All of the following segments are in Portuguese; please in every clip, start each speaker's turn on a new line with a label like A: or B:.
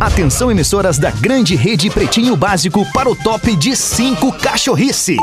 A: Atenção emissoras da grande rede Pretinho Básico para o top de 5 cachorrice.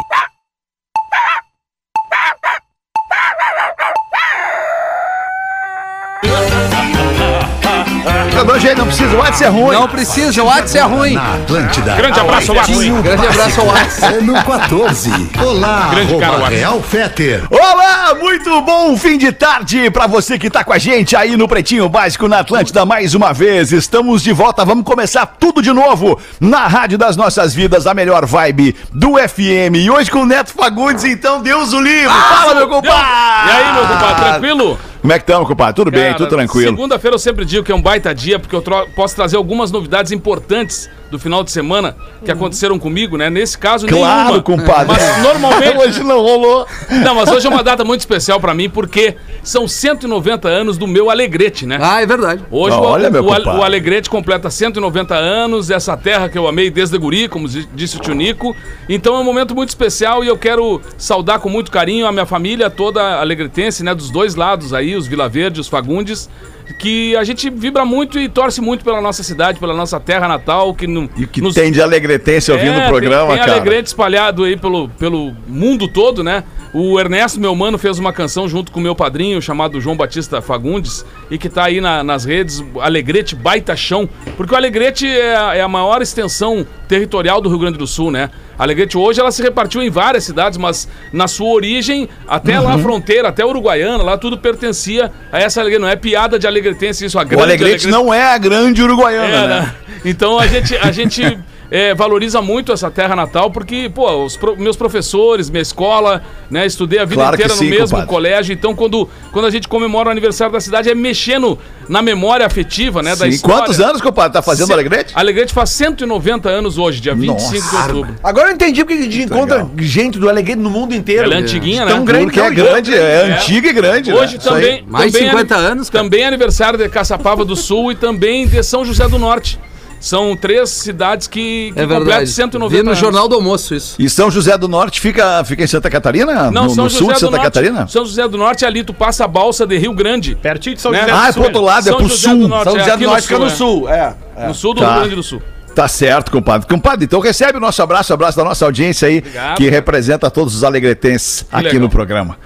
B: Eu dou jeito, não precisa. O WhatsApp é ruim.
C: Não precisa, o WhatsApp é ruim.
A: Na Atlântida.
D: Grande abraço, Watts.
C: Grande abraço, Watts.
A: Ano 14. Olá,
D: Ah, Grande cara,
A: arroba
D: Watts.
A: Real Feter.
B: Olá, muito bom fim de tarde pra você que tá com a gente aí no Pretinho Básico na Atlântida mais uma vez. Estamos de volta, vamos começar tudo de novo na Rádio das Nossas Vidas, a melhor vibe do FM. E hoje com o Neto Fagundes, então Deus o livre. Fala, meu compadre!
D: E aí, meu compadre, tranquilo?
B: Como é que estamos, compadre? Tudo bem,
D: Cara,
B: tudo tranquilo.
D: Segunda-feira eu sempre digo que é um baita dia, porque eu tro- posso trazer algumas novidades importantes do final de semana que aconteceram comigo, né? Nesse caso, nenhuma.
B: Claro, compadre.
D: Mas normalmente...
B: Hoje não rolou.
D: Não, mas hoje é uma data muito especial pra mim, porque são 190 anos do meu Alegrete, né?
C: Ah, é verdade.
D: Hoje
B: Ah,
D: o,
B: olha, meu
D: o, Ale-
B: compadre.
D: o Alegrete completa 190 anos, essa terra que eu amei desde guri, como di- disse o tio Nico. Então é um momento muito especial e eu quero saudar com muito carinho a minha família toda alegretense, né, dos dois lados aí, os Vila Verde, os Fagundes, que a gente vibra muito e torce muito pela nossa cidade, pela nossa terra natal, que não
B: E o que tem de alegretense ouvindo
D: é,
B: o programa,
D: tem, tem
B: cara?
D: Alegrete espalhado aí pelo, pelo mundo todo, né? O Ernesto, meu mano, fez uma canção junto com o meu padrinho, chamado João Batista Fagundes, e que tá aí na- nas redes, Alegrete Baita Chão, porque o Alegrete é, a- é a maior extensão territorial do Rio Grande do Sul, né? A Alegrete hoje ela se repartiu em várias cidades, mas na sua origem, até lá a
B: Uhum.
D: fronteira, até Uruguaiana, lá tudo pertencia a essa Alegrete. Não é piada de alegretense isso, a
B: O
D: grande
B: Alegrete não é a grande uruguaiana, né?
D: é, né? Então a gente, a gente é, valoriza muito essa terra natal porque, pô, os pro- meus professores, minha escola, né? Estudei a vida
B: Claro que
D: inteira
B: sim,
D: no mesmo
B: compadre.
D: colégio. Então, quando, quando a gente comemora o aniversário da cidade, é mexendo na memória afetiva, né? Da
B: Sim.
D: história.
B: Quantos anos, compadre, tá fazendo o Alegrete?
D: Alegrete faz 190 anos hoje, dia 25 de outubro.
E: Agora eu entendi porque a gente encontra
B: legal.
E: gente do Alegrete no mundo inteiro.
D: Ela é antiguinha, né?
B: Tão grande que é grande, é, antiga e grande.
D: Hoje
B: né? Isso aí.
D: também.
C: Mais
D: também
C: 50
D: é-
C: anos, cara.
D: Também é aniversário de Caçapava do Sul e também de São José do Norte. São três cidades que, que
C: É
D: completam
C: verdade.
D: 190
C: Vi no
D: anos.
C: Jornal do Almoço isso.
B: E São José do Norte fica, fica em Santa Catarina?
D: Não,
B: no
D: São
B: no
D: José
B: sul de
D: do
B: Santa
D: Norte.
B: Catarina?
D: São José do Norte, ali tu passa a balsa de Rio Grande.
F: Pertinho de São
D: Né?
F: José
B: Ah, é pro
F: Sul,
B: outro
F: né?
B: lado, é pro sul.
D: São José do Norte fica no sul.
E: é.
D: é. No sul do
B: Tá.
D: Rio Grande do Sul.
B: Tá certo, compadre. Compadre, então recebe o nosso abraço, o abraço da nossa audiência aí,
D: Obrigado.
B: que representa todos os alegretenses aqui
D: legal.
B: no programa.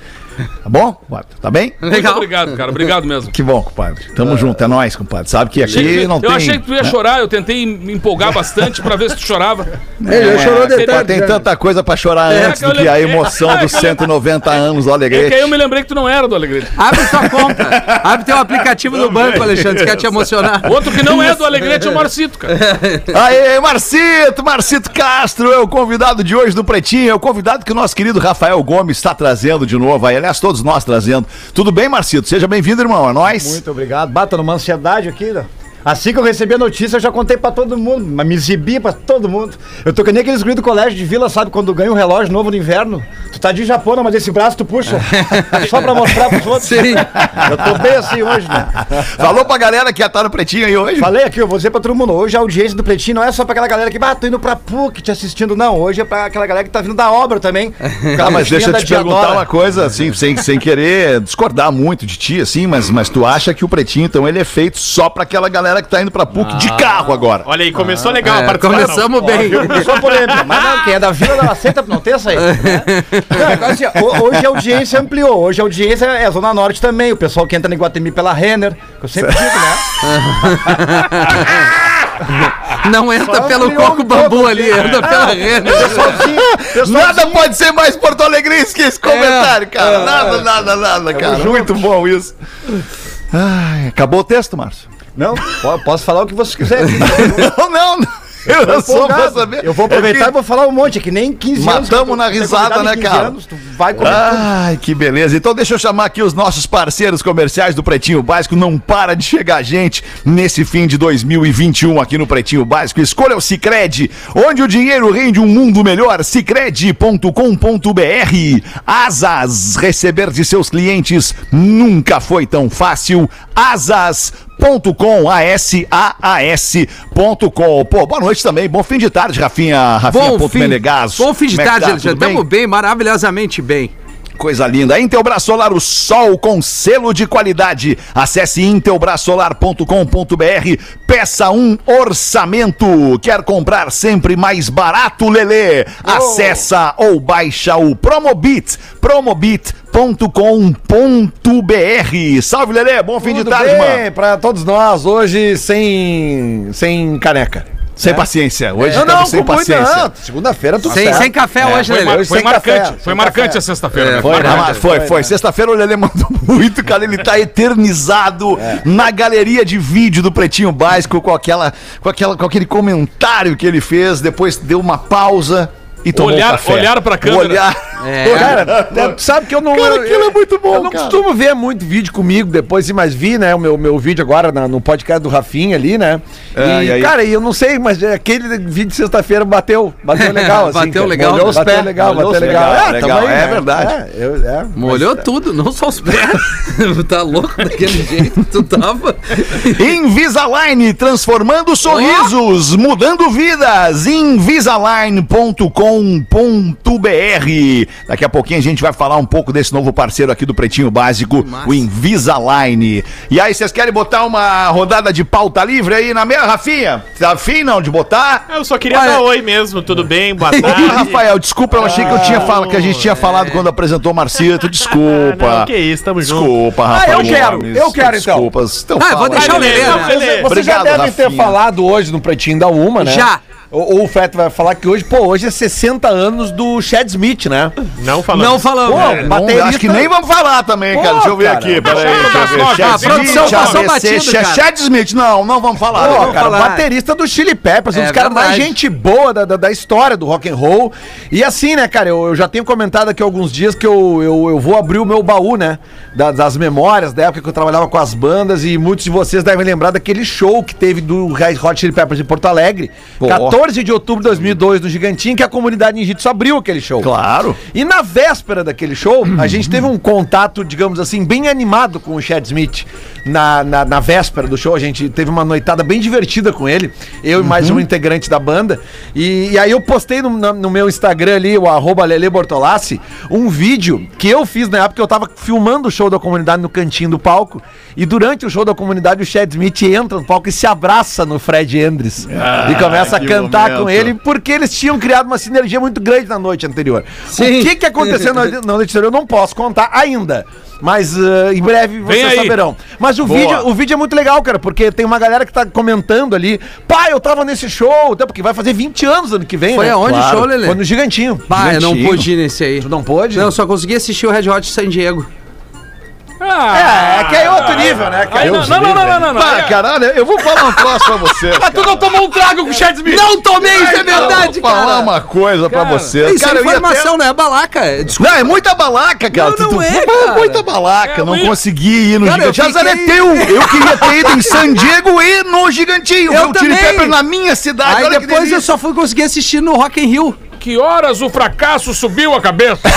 B: Tá bom? compadre? Tá bem?
C: Legal.
D: Muito obrigado, cara. Obrigado mesmo.
B: Que bom, compadre. Tamo junto, é nóis, compadre. Sabe que aqui
D: Achei que-
B: não
D: eu
B: tem... né?
D: achei que tu ia chorar, eu tentei me empolgar bastante pra ver se tu chorava.
E: Ele
B: É,
E: chorou de
B: tem-
E: tarde,
B: Tem
E: né?
B: tanta coisa pra chorar
D: É,
B: antes
D: que eu
B: do que a
D: lembrei.
B: emoção
D: É, que eu
B: dos 190 anos do
D: É que aí
B: Alegrete.
D: eu me lembrei que tu não era do Alegrete.
C: Abre tua conta. Abre teu aplicativo do banco, Alexandre, quer te emocionar.
D: Outro que não é do Alegrete é o Marcito, cara.
B: Aê, Marcito, Marcito Castro é o convidado de hoje do Pretinho, é o convidado que o nosso querido Rafael Gomes está trazendo de novo aí, aliás, todos nós trazendo. Tudo bem, Marcito? Seja bem-vindo, irmão, é nóis.
F: Muito obrigado. Bata numa ansiedade aqui, né? Assim que eu recebi a notícia, eu já contei pra todo mundo, mas me exibi pra todo mundo. Eu tô que nem aqueles guri do colégio de vila, sabe? Quando ganha um relógio novo no inverno. Tu tá de Japão, mas esse braço tu puxa. só pra mostrar pros outros.
C: Sim.
F: Eu tô bem assim hoje, né?
B: Falou pra galera que já tá no Pretinho aí hoje.
F: Falei aqui, eu vou dizer pra todo mundo, hoje a audiência do Pretinho não é só pra aquela galera que, ah, tô indo pra PUC te assistindo, não. Hoje é pra aquela galera que tá vindo da obra também.
B: Tá, mas deixa eu
F: da
B: te perguntar
F: Diadora.
B: uma coisa, assim, sem, sem querer discordar muito de ti, assim, mas, mas tu acha que o Pretinho, então, ele é feito só pra aquela galera que tá indo pra PUC
F: Ah.
B: de carro agora?
G: Olha aí, começou legal a
C: É,
G: participação.
C: começamos bem.
F: Começou a polêmica. Mas não, quem é da vila não aceita, não tem essa aí. né? Não, é quase assim, ó, ho- hoje a audiência ampliou. Hoje a audiência é a Zona Norte também. O pessoal que entra em Guatemi pela Renner, que eu sempre digo, né?
C: Não entra
F: Só
C: pelo
F: criou um
C: coco bambu
F: pouco,
C: ali, entra pela rede.
F: Pessoalzinho, pessoalzinho.
B: Nada pode ser mais Porto Alegre que esse comentário, cara. nada, nada, nada, cara. Muito bom isso. Ai, acabou o texto, Márcio?
F: Não, po- posso falar o que você quiser.
B: Não, não. Eu,
F: Tô
B: só vou
F: empolgado.
B: saber.
F: Eu vou aproveitar
B: É
F: e vou falar um monte, é que nem 15 anos.
B: Matamos
F: que eu tô-
B: na
F: tenho
B: risada,
F: convidado
B: né,
F: em 15
B: cara?
F: anos, tu vai
B: que-
F: comer
B: Ah, Ai, que beleza. Então deixa eu chamar aqui os nossos parceiros comerciais do Pretinho Básico. Não para de chegar gente nesse fim de 2021 aqui no Pretinho Básico. Escolha o Cicred, onde o dinheiro rende um mundo melhor. Cicred.com.br. Asas, receber de seus clientes nunca foi tão fácil. Asas. .com, A-S-A-A-S.com. Pô, boa noite também. Bom fim de tarde, Rafinha. Rafinha.
C: Bom
B: ponto
C: fim,
B: Menegaso.
C: bom fim de
B: um Como é que
C: tarde,
B: tá?
C: Alexandre.
B: Tudo bem?
C: Tamo bem, maravilhosamente bem.
B: Coisa linda. Intelbras Solar, o sol com selo de qualidade. Acesse intelbrasolar.com.br. Peça um orçamento. Quer comprar sempre mais barato, Lelê?
E: Oh.
B: Acessa ou baixa o Promobit. Promobit.com.br. Salve, Lelê. Bom fim de
E: Tudo
B: tarde,
E: bem?
B: mano.
E: Pra todos nós, hoje sem, sem caneca.
B: Sem paciência. Hoje
E: É? não,
B: estamos
E: não,
B: sem
E: com muita-
B: paciência.
E: não, Segunda-feira tu
C: Sem,
E: tá.
C: sem café hoje,
D: Foi,
B: é
C: Lelê.
D: mar-
E: hoje
D: foi
E: sem
D: marcante,
E: café,
D: foi
E: sem
D: marcante
E: café.
D: a sexta-feira. né?
B: Foi,
E: Foi, né?
B: ah, mas foi,
E: Foi,
B: foi.
E: né?
B: Sexta-feira o Lelê mandou muito, cara. Ele tá eternizado
E: É.
B: na galeria de vídeo do Pretinho Básico com, aquela, com, aquela, com aquele comentário que ele fez. Depois deu uma pausa e tomou
D: Olhar-
B: um café.
D: olhar pra câmera.
B: Olhar.
C: É.
E: Cara, é, sabe que eu não.
B: Cara,
E: eu-
B: aquilo é muito bom,
E: Eu não
B: cara.
E: costumo ver muito vídeo comigo depois, assim, mas vi, né? O meu, meu vídeo agora na- no podcast do Rafinha ali, né?
B: É,
E: e,
B: e aí?
E: cara, e eu não sei, mas é, aquele vídeo de sexta-feira bateu. Bateu legal, assim.
C: Bateu
E: cara.
C: legal,
E: Molhou os
C: bateu
E: pés. Legal,
B: molhou
E: bateu
B: os
E: legal.
B: legal,
E: É,
B: legal,
E: também,
B: é
E: né?
B: verdade.
E: É, eu- é.
C: Molhou tudo, não só os pés. tá louco daquele jeito que tu tava.
B: Invisalign, transformando sorrisos, mudando vidas. Invisalign.com.br. Daqui a pouquinho a gente vai falar um pouco desse novo parceiro aqui do Pretinho Básico, o Invisalign. E aí, vocês querem botar uma rodada de pauta livre aí na minha, Rafinha? Tá afim não de botar?
G: Eu só queria
C: Olha-
G: dar oi mesmo, tudo bem, boa
B: Ah,
G: tarde.
B: Rafael, desculpa, eu achei que eu tinha falado que a gente tinha falado quando apresentou o Marcito. Desculpa.
G: Ah, não, que isso, tamo junto.
B: Desculpa, Rafael.
E: eu quero, eu quero, então.
B: Desculpas. Então
C: Ah, eu
B: fala
C: vou deixar
B: aí.
C: o Lelê, né?
E: Vocês
B: Obrigado,
E: já devem ter
B: Rafinha.
E: falado hoje no Pretinho da Uma, né?
C: Já.
E: Ou, ou o Feto vai falar que hoje, pô, hoje é 60 anos do Chad Smith, né?
G: Não falando.
C: Não falamos.
E: Pô,
C: É.
B: Não,
E: Baterista-
B: acho que nem vamos falar também, cara.
E: Pô,
B: Deixa eu ver
E: cara.
B: aqui. Peraí, deixa eu ver.
D: Ah,
B: Chad
C: produção
B: Smith,
C: passou
B: ABC,
C: batido,
B: Chad-
C: cara.
B: Chad Smith. Não, não vamos falar.
E: Pô,
B: não.
E: cara,
C: falar.
E: baterista do Chili Peppers, um
C: É
E: dos caras mais
C: verdade.
E: gente boa da, da, da história do rock and roll. E assim, né, cara, eu, eu já tenho comentado aqui alguns dias que eu, eu, eu vou abrir o meu baú, né, da- das memórias da época que eu trabalhava com as bandas e muitos de vocês devem lembrar daquele show que teve do Red Hot Chili Peppers em Porto Alegre, 14 de outubro de 2002, no Gigantinho, que a comunidade ninjitsu abriu aquele show.
B: Claro.
E: E na véspera daquele show, a gente teve um contato, digamos assim, bem animado com o Chad Smith. Na, na, na véspera do show, a gente teve uma noitada bem divertida com ele, eu e mais um integrante da banda. E, e aí eu postei no, na- no meu Instagram ali, o arroba Lele Bortolassi, um vídeo que eu fiz na época que eu tava filmando o show da comunidade no cantinho do palco. E durante o show da comunidade, o Chad Smith entra no palco e se abraça no Fred Andres. e começa a
B: que
E: cantar com
B: momento.
E: ele, porque eles tinham criado uma sinergia muito grande na noite anterior.
C: Sim.
E: O que, que aconteceu na, na noite anterior eu não posso contar ainda. Mas eh, em breve
D: Vem
E: vocês
D: aí.
E: saberão. Mas o vídeo, o vídeo é muito legal, cara, porque tem uma galera que tá comentando ali. Pá, eu tava nesse show, até porque vai fazer 20 anos ano que vem.
C: Foi
E: né?
C: aonde o
E: Claro.
C: show, Lelê?
E: Foi no Gigantinho.
C: Pá, eu não
B: Gigantinho.
C: pude ir nesse aí.
E: Tu não pôde?
C: Não, eu só consegui assistir o Red Hot San Diego.
E: É,
D: Ah,
E: é que é outro nível, né, cara?
D: aí não, não, não, não, não, não, não.
B: Ah, caralho, eu vou falar um troço pra você.
D: Mas tu não tomou um trago com o Chad Smith?
C: Não tomei, isso é
B: Eu vou falar uma coisa pra
D: Cara,
B: você.
C: Isso é
B: eu ia até-
C: informação, não é balaca. Desculpa.
B: Não, é muita balaca, cara.
C: Não, não
B: Tu- tu-
C: é, cara.
B: Muita balaca.
D: É,
B: não
D: eu-
B: consegui ir no
C: Cara, eu
B: Gigantinho. Azar é
C: fiquei-
B: teu. Eu queria ter ido em San Diego e no Gigantinho.
C: Eu
B: Eu tirei
C: também.
B: Pepper na minha cidade.
C: Aí
B: Olha que
C: depois
B: delícia.
C: eu só fui conseguir assistir no Rock in Rio.
D: Que horas o fracasso subiu a cabeça?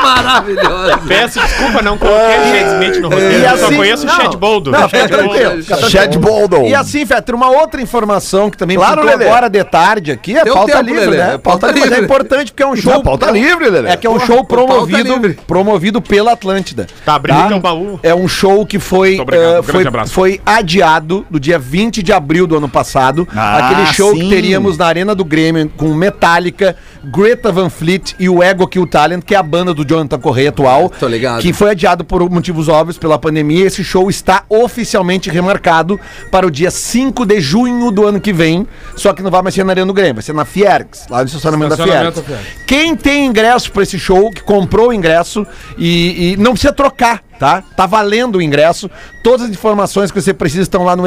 C: Maravilhoso.
G: Peço desculpa, não coloquei o Chad
C: É.
G: Smith no roteiro,
E: e
G: eu só
E: assim-
G: conheço o
E: não,
G: Chad Boldo.
E: não,
G: Chad
E: fica
G: Boldo.
E: tranquilo.
B: Chad Boldon.
E: E assim, Fetter, uma outra informação que também
B: Claro,
E: pintou
B: Lelê.
E: agora de tarde aqui é
C: Deu
E: pauta
C: tempo,
E: livre,
C: Lelê,
E: né?
C: é pauta
E: mas
C: livre.
E: é importante porque é um show.
B: Não, Então, pauta livre, Lelê.
E: É que é um show
C: tá livre.
E: promovido, promovido pela Atlântida.
G: Tá abrindo teu baú.
E: É um show que foi,
D: então Muito obrigado,
E: eh,
D: um grande
E: foi,
D: abraço.
E: foi adiado do dia 20 de abril do ano passado.
B: Ah,
E: aquele show
B: sim.
E: que teríamos na Arena do Grêmio com Metallica, Greta Van Fleet e o Ego Kill Talent, que é a banda do Jonathan Correia atual.
C: Tô ligado.
E: Que foi adiado por motivos óbvios pela pandemia. Esse show está oficialmente remarcado para o dia 5 de junho do ano que vem. Só que não vai mais ser na Arena do Grêmio, vai ser na Fiergs, lá no estacionamento da
D: Estacionamento
E: Fiergs. Quem tem ingresso para esse show, que comprou o ingresso e, e não precisa trocar, tá? Tá valendo o ingresso. Todas as informações que você precisa estão lá no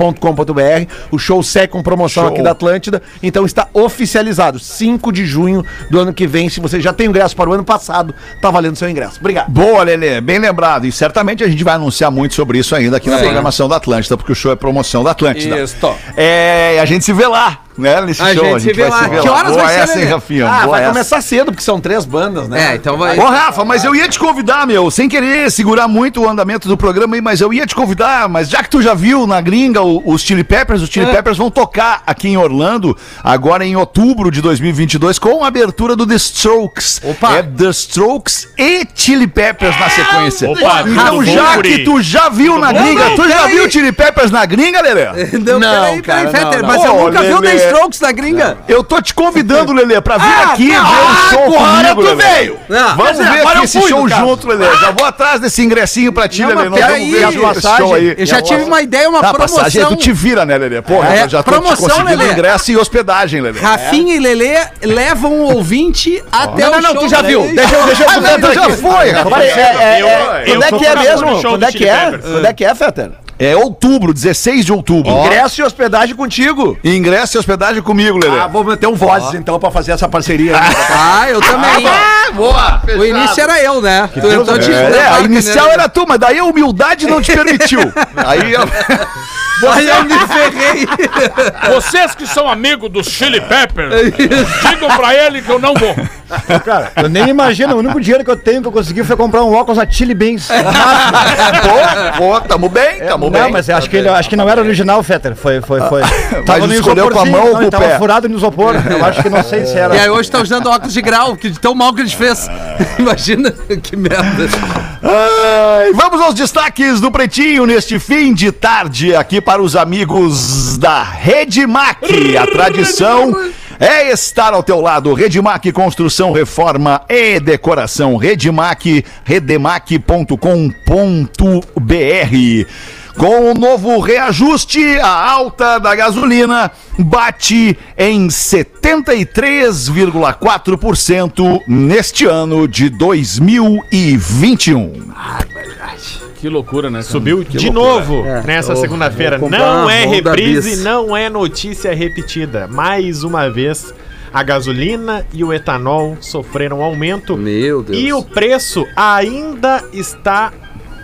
E: eventim.com.br. O show segue com promoção
B: Show.
E: aqui da Atlântida. Então está oficializado. 5 de junho do ano que vem. Se você já tem o ingresso para o ano passado, tá valendo seu ingresso. Obrigado.
B: Boa, Lelê, bem lembrado. E certamente a gente vai anunciar muito sobre isso ainda aqui na
C: Sim.
B: é programação da Atlântida, porque o show é promoção da Atlântida.
E: Isto.
B: É, a gente se vê lá. né? Nesse
C: A
B: show,
C: gente
B: a
C: se
B: gente
C: vê
B: vai
C: lá.
B: se ver
C: Que
B: lá.
C: horas
B: Boa
C: vai ser,
B: essa, hein,
C: Lelê?
B: Rafinha?
E: Ah,
B: Boa
E: vai
B: é essa.
E: começar cedo, porque são três bandas, né?
C: É, então vai.
B: Ô, Rafa, mas eu ia te convidar, meu, sem querer segurar muito o andamento do programa aí, mas eu ia te convidar, mas já que tu já viu na gringa o- os Chili Peppers, os
G: É.
B: Chili Peppers vão tocar aqui em Orlando, agora em outubro de 2022, com a abertura do The Strokes.
E: Opa.
B: É The Strokes e Chili Peppers na sequência.
G: É. Opa,
B: então
G: tudo bom,
B: já
G: guri?
B: que tu já viu na
G: Tudo bom?
B: gringa,
C: Não,
B: tu já
C: peraí.
B: viu Chili Peppers na gringa, Lelê?
C: Não,
E: Não,
C: peraí,
E: cara,
C: peraí,
E: não,
C: Fetter,
E: não.
C: mas
B: Ô,
C: eu nunca vi o The
B: Lelê.
C: Strokes na gringa.
B: Eu tô te convidando, Lelê, pra vir
C: Ah,
B: aqui ver o
C: ah,
B: show
C: agora
B: comigo,
C: tu
B: Lelê.
C: veio. Ah,
B: Vamos
C: quer dizer,
B: ver
C: agora
B: aqui
C: eu
B: esse
C: fui,
B: show
C: no caso.
B: junto, Lelê. Já vou atrás desse ingressinho pra ti, Lelê. Nós
C: peraí,
B: vamos ver
C: e a
B: junto esse show aí.
C: Eu já tive uma ideia, uma
B: Tá,
C: promoção.
B: passagem aí tu te vira, né, Lelê? Porra,
C: É,
B: eu já tô
C: promoção,
B: te conseguindo
C: Lelê.
B: ingresso e hospedagem, Lelê.
C: Rafinha e Lelê levam o ouvinte até o
E: Não,
C: show.
E: não, não, tu já
C: do
E: viu.
C: Lelê.
E: Deixa eu, deixa eu
B: Ah, não, tu já foi, rapaz.
E: Peraí, é, é,
G: Eu-
E: é,
G: eu
E: quando é
G: tô
E: que é
G: procurando
E: mesmo?
G: o show
E: Quando
G: do
E: é que
G: Chili
E: é?
G: Peppers.
E: Quando é que é, Fetter?
B: É outubro, 16 de outubro.
E: Ingresso e hospedagem contigo.
B: Ingresso e hospedagem comigo, Lelê.
E: Ah, vou meter um Vozes então pra fazer essa parceria.
C: Ah, eu também.
B: boa!
C: o início era eu, né? Tu entrou de
B: É,
C: da
B: a
C: barca,
B: inicial
C: né?
B: era tu, mas daí a humildade não te permitiu. Aí eu...
C: Aí eu me ferrei.
D: Vocês que são amigos do Chili
E: É
D: Peppers, digam pra ele que eu não vou.
F: Cara, eu nem imagino. O único dinheiro que eu tenho que eu consegui foi comprar um óculos da Chili Beans.
B: boa, boa, tamo bem,
C: É,
B: tamo bem.
F: não, mas
E: tá
F: eu acho que, ele, acho que não era original, Fetter. Foi, foi,
E: Ah,
F: foi.
B: ele escolheu com a mão ou com o
F: ele tava
B: pé?
F: furado no isopor. Eu acho que não sei se era.
C: E aí hoje tá usando óculos de grau, que de tão mal que a gente fez. Imagina que merda.
B: Ai, vamos aos destaques do Pretinho neste fim de tarde aqui para os amigos da Redmac. A tradição é estar ao teu lado. Redmac Construção, Reforma e Decoração. Redmac, redemac.com.br. Com o novo reajuste, a alta da gasolina bate em 73,4% neste ano de 2021.
D: Que loucura, né? cara?
G: Subiu de novo nessa
C: É. eu-
G: segunda-feira.
C: eu vou comprar
G: Não
C: uma
G: é
C: Honda
G: reprise,
C: Bis.
G: não é notícia repetida. Mais uma vez, a gasolina e o etanol sofreram aumento.
C: Meu Deus.
G: E o preço ainda está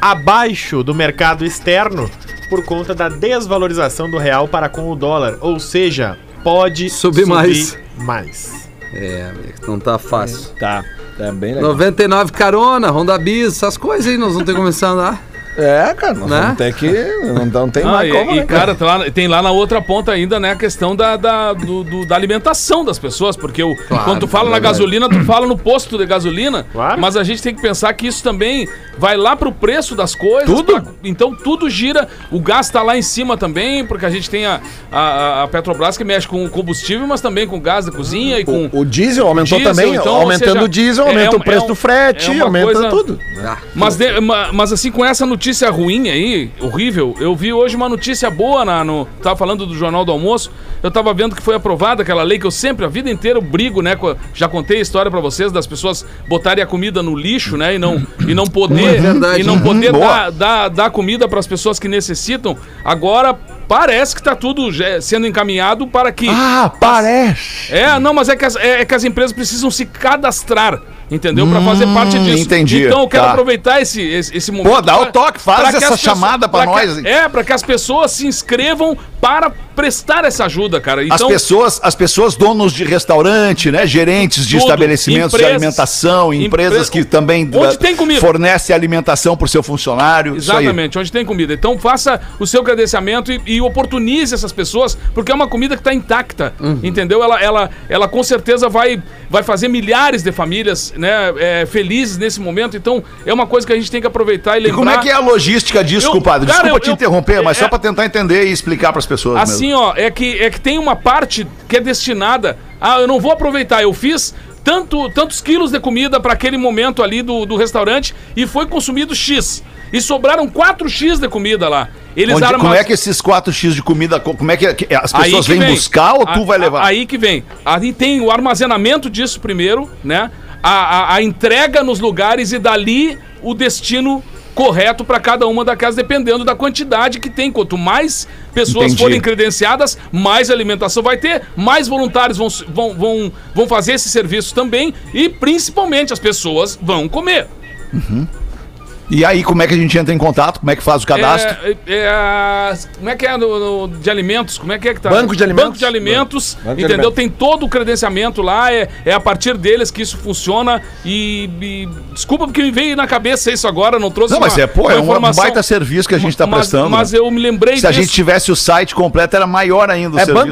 G: abaixo do mercado externo por conta da desvalorização do real para com o dólar. Ou seja, pode
C: Subir mais.
G: mais.
C: É, amigo, não tá fácil.
E: Tá, é bem
C: 99 carona, Honda Bis, essas coisas aí, nós vamos ter que começar a andar.
E: É, cara, nós
C: Né?
E: vamos ter que. Não, não tem
D: Ah,
E: mais
D: e,
E: como,
D: e,
E: né,
D: cara, tá lá- tem lá na outra ponta ainda, né, a questão da, da, do- do- da alimentação das pessoas, porque o,
C: Claro,
D: quando tu fala na
C: verdade.
D: gasolina, tu fala no posto de gasolina,
G: Claro.
D: mas a gente tem que pensar que isso também vai lá pro preço das coisas.
E: Tudo.
D: pra- então tudo gira, o gás tá lá em cima também, porque a gente tem a, a, a Petrobras que mexe com o combustível, mas também com o gás da cozinha e com...
E: O, o diesel aumentou
D: Diesel,
E: também,
D: então,
E: aumentando
D: ou seja,
E: o diesel,
D: é
E: aumenta
D: um-
E: o preço
D: é um-
E: do frete,
D: é uma
E: aumenta
D: coisa-
E: tudo.
C: Ah,
D: Mas, de- ma- mas assim, com essa notícia ruim aí, horrível, eu vi hoje uma notícia boa na, no. Tava falando do Jornal do Almoço. Eu tava vendo que foi aprovada aquela lei que eu sempre, a vida inteira, eu brigo, né? com a- já contei a história pra vocês das pessoas botarem a comida no lixo, né? E não, e não poder.
C: É verdade.
D: E não poder
B: Boa.
D: dar, dar, dar comida pras pessoas que necessitam. Agora. Parece que tá tudo já sendo encaminhado para que
B: Ah, parece.
D: é, não, mas é que as, é- é que as empresas precisam se cadastrar, entendeu? Pra fazer parte disso.
B: Hum, entendi,
D: Então eu quero
B: tá.
D: aproveitar esse, esse, esse momento.
B: Pô, dá o
D: pra-
B: toque, faz
D: pra que
B: essa
D: as pessoas-
B: chamada pra
D: que-
B: nós, hein?
D: é, pra que as pessoas se inscrevam para prestar essa ajuda, cara. Então,
B: As pessoas, as pessoas donos de restaurante, né, gerentes de
D: Tudo,
B: estabelecimentos de
D: empresas,
B: alimentação, empresas
D: empre-
B: que também
D: Onde
B: da-
D: tem comida.
B: fornece alimentação pro seu funcionário, isso aí.
D: Exatamente, onde tem comida. Então faça o seu credenciamento e, e oportunize essas pessoas, porque é uma comida que está intacta,
B: Uhum.
D: entendeu? Ela, ela, ela com certeza vai, vai fazer milhares de famílias né, é, felizes nesse momento. Então é uma coisa que a gente tem que aproveitar e
B: E
D: lembrar.
B: como é que é a logística disso,
D: Eu-
B: compadre?
D: cara,
B: Desculpa
D: eu-
B: te
D: eu-
B: interromper, mas
D: é-
B: só pra tentar entender e explicar pras pessoas mesmo.
D: Assim, ó, é que, é que tem uma parte que é destinada a. Eu não vou aproveitar, eu fiz. Tanto, tantos quilos de comida para aquele momento ali do, do restaurante e foi consumido X. E sobraram 4X de comida lá. Eles
B: Onde- como
D: armazen-
B: é que esses 4x de comida, co- como é que, que as
D: Aí
B: pessoas
D: que
B: vêm
D: vem.
B: buscar ou tu
D: A-
B: vai levar?
D: a- Aí que vem. Aí tem o armazenamento disso primeiro, né? A, a- a entrega nos lugares e dali o destino correto para cada uma da casa, dependendo da quantidade que tem. Quanto mais pessoas
B: Entendi.
D: forem credenciadas, mais alimentação vai ter, mais voluntários vão, s- vão, vão, vão fazer esse serviço também e principalmente as pessoas vão comer.
B: E aí, como é que a gente entra em contato? Como é que faz o cadastro?
D: É, é a- como é que é no, no- de alimentos? Como é que é que tá?
F: Banco de alimentos?
D: Banco de alimentos,
F: Banco de
D: entendeu?
F: alimentos.
D: Tem todo o credenciamento lá, é, é a partir deles que isso funciona e, e- desculpa porque me veio na cabeça isso agora, não trouxe
B: Não, mas é, pô, é um
D: informação.
B: baita serviço que a gente tá
D: Mas-
B: prestando.
D: Mas, é
B: né?
D: eu me lembrei
B: Se a gente tivesse o site completo, era maior ainda o
F: É
B: serviço.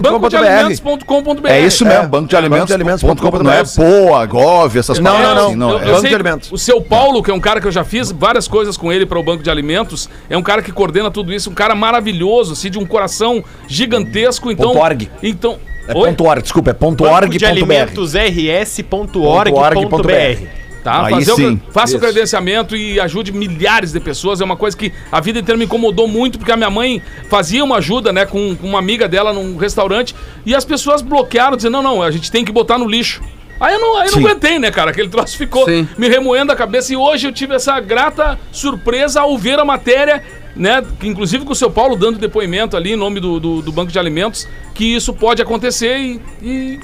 F: bancodealimentos.com.br.
D: bancodealimentos.com.br.
B: É isso mesmo,
F: É.
B: banco de
F: É,
B: alimentos.
F: bancodealimentos.com.br.
B: ponto com, Não é Poa, Gov, essas
F: Não,
B: palavras
F: não, não.
B: assim, não. é.
D: Eu, eu
F: Banco
D: sei,
F: de alimentos.
D: O seu Paulo, que é um cara que eu já fiz várias coisas com ele para o Banco de Alimentos, é um cara que coordena tudo isso, um cara maravilhoso, assim, de um coração gigantesco. Então,
F: Ponto org.
D: Então,
F: É
D: Oi?
F: ponto .org, desculpa, é ponto
G: Banco
F: .org.br.
G: de alimentos rs.org.br.
D: Tá,
B: Aí
D: fazer o-
B: sim.
D: faça o
F: Isso.
D: credenciamento e ajude milhares de pessoas. É uma coisa que a vida inteira me incomodou muito, porque a minha mãe fazia uma ajuda, né, com, com uma amiga dela num restaurante, e as pessoas bloquearam, dizendo, não, não, a gente tem que botar no lixo. Aí eu não, aí eu não
B: Sim.
D: aguentei, né, cara? Aquele troço ficou
C: Sim.
D: me remoendo a cabeça e hoje eu tive essa grata surpresa ao ver a matéria, né? que Inclusive com o seu Paulo dando depoimento ali em nome do, do, do Banco de Alimentos, que isso pode acontecer e, e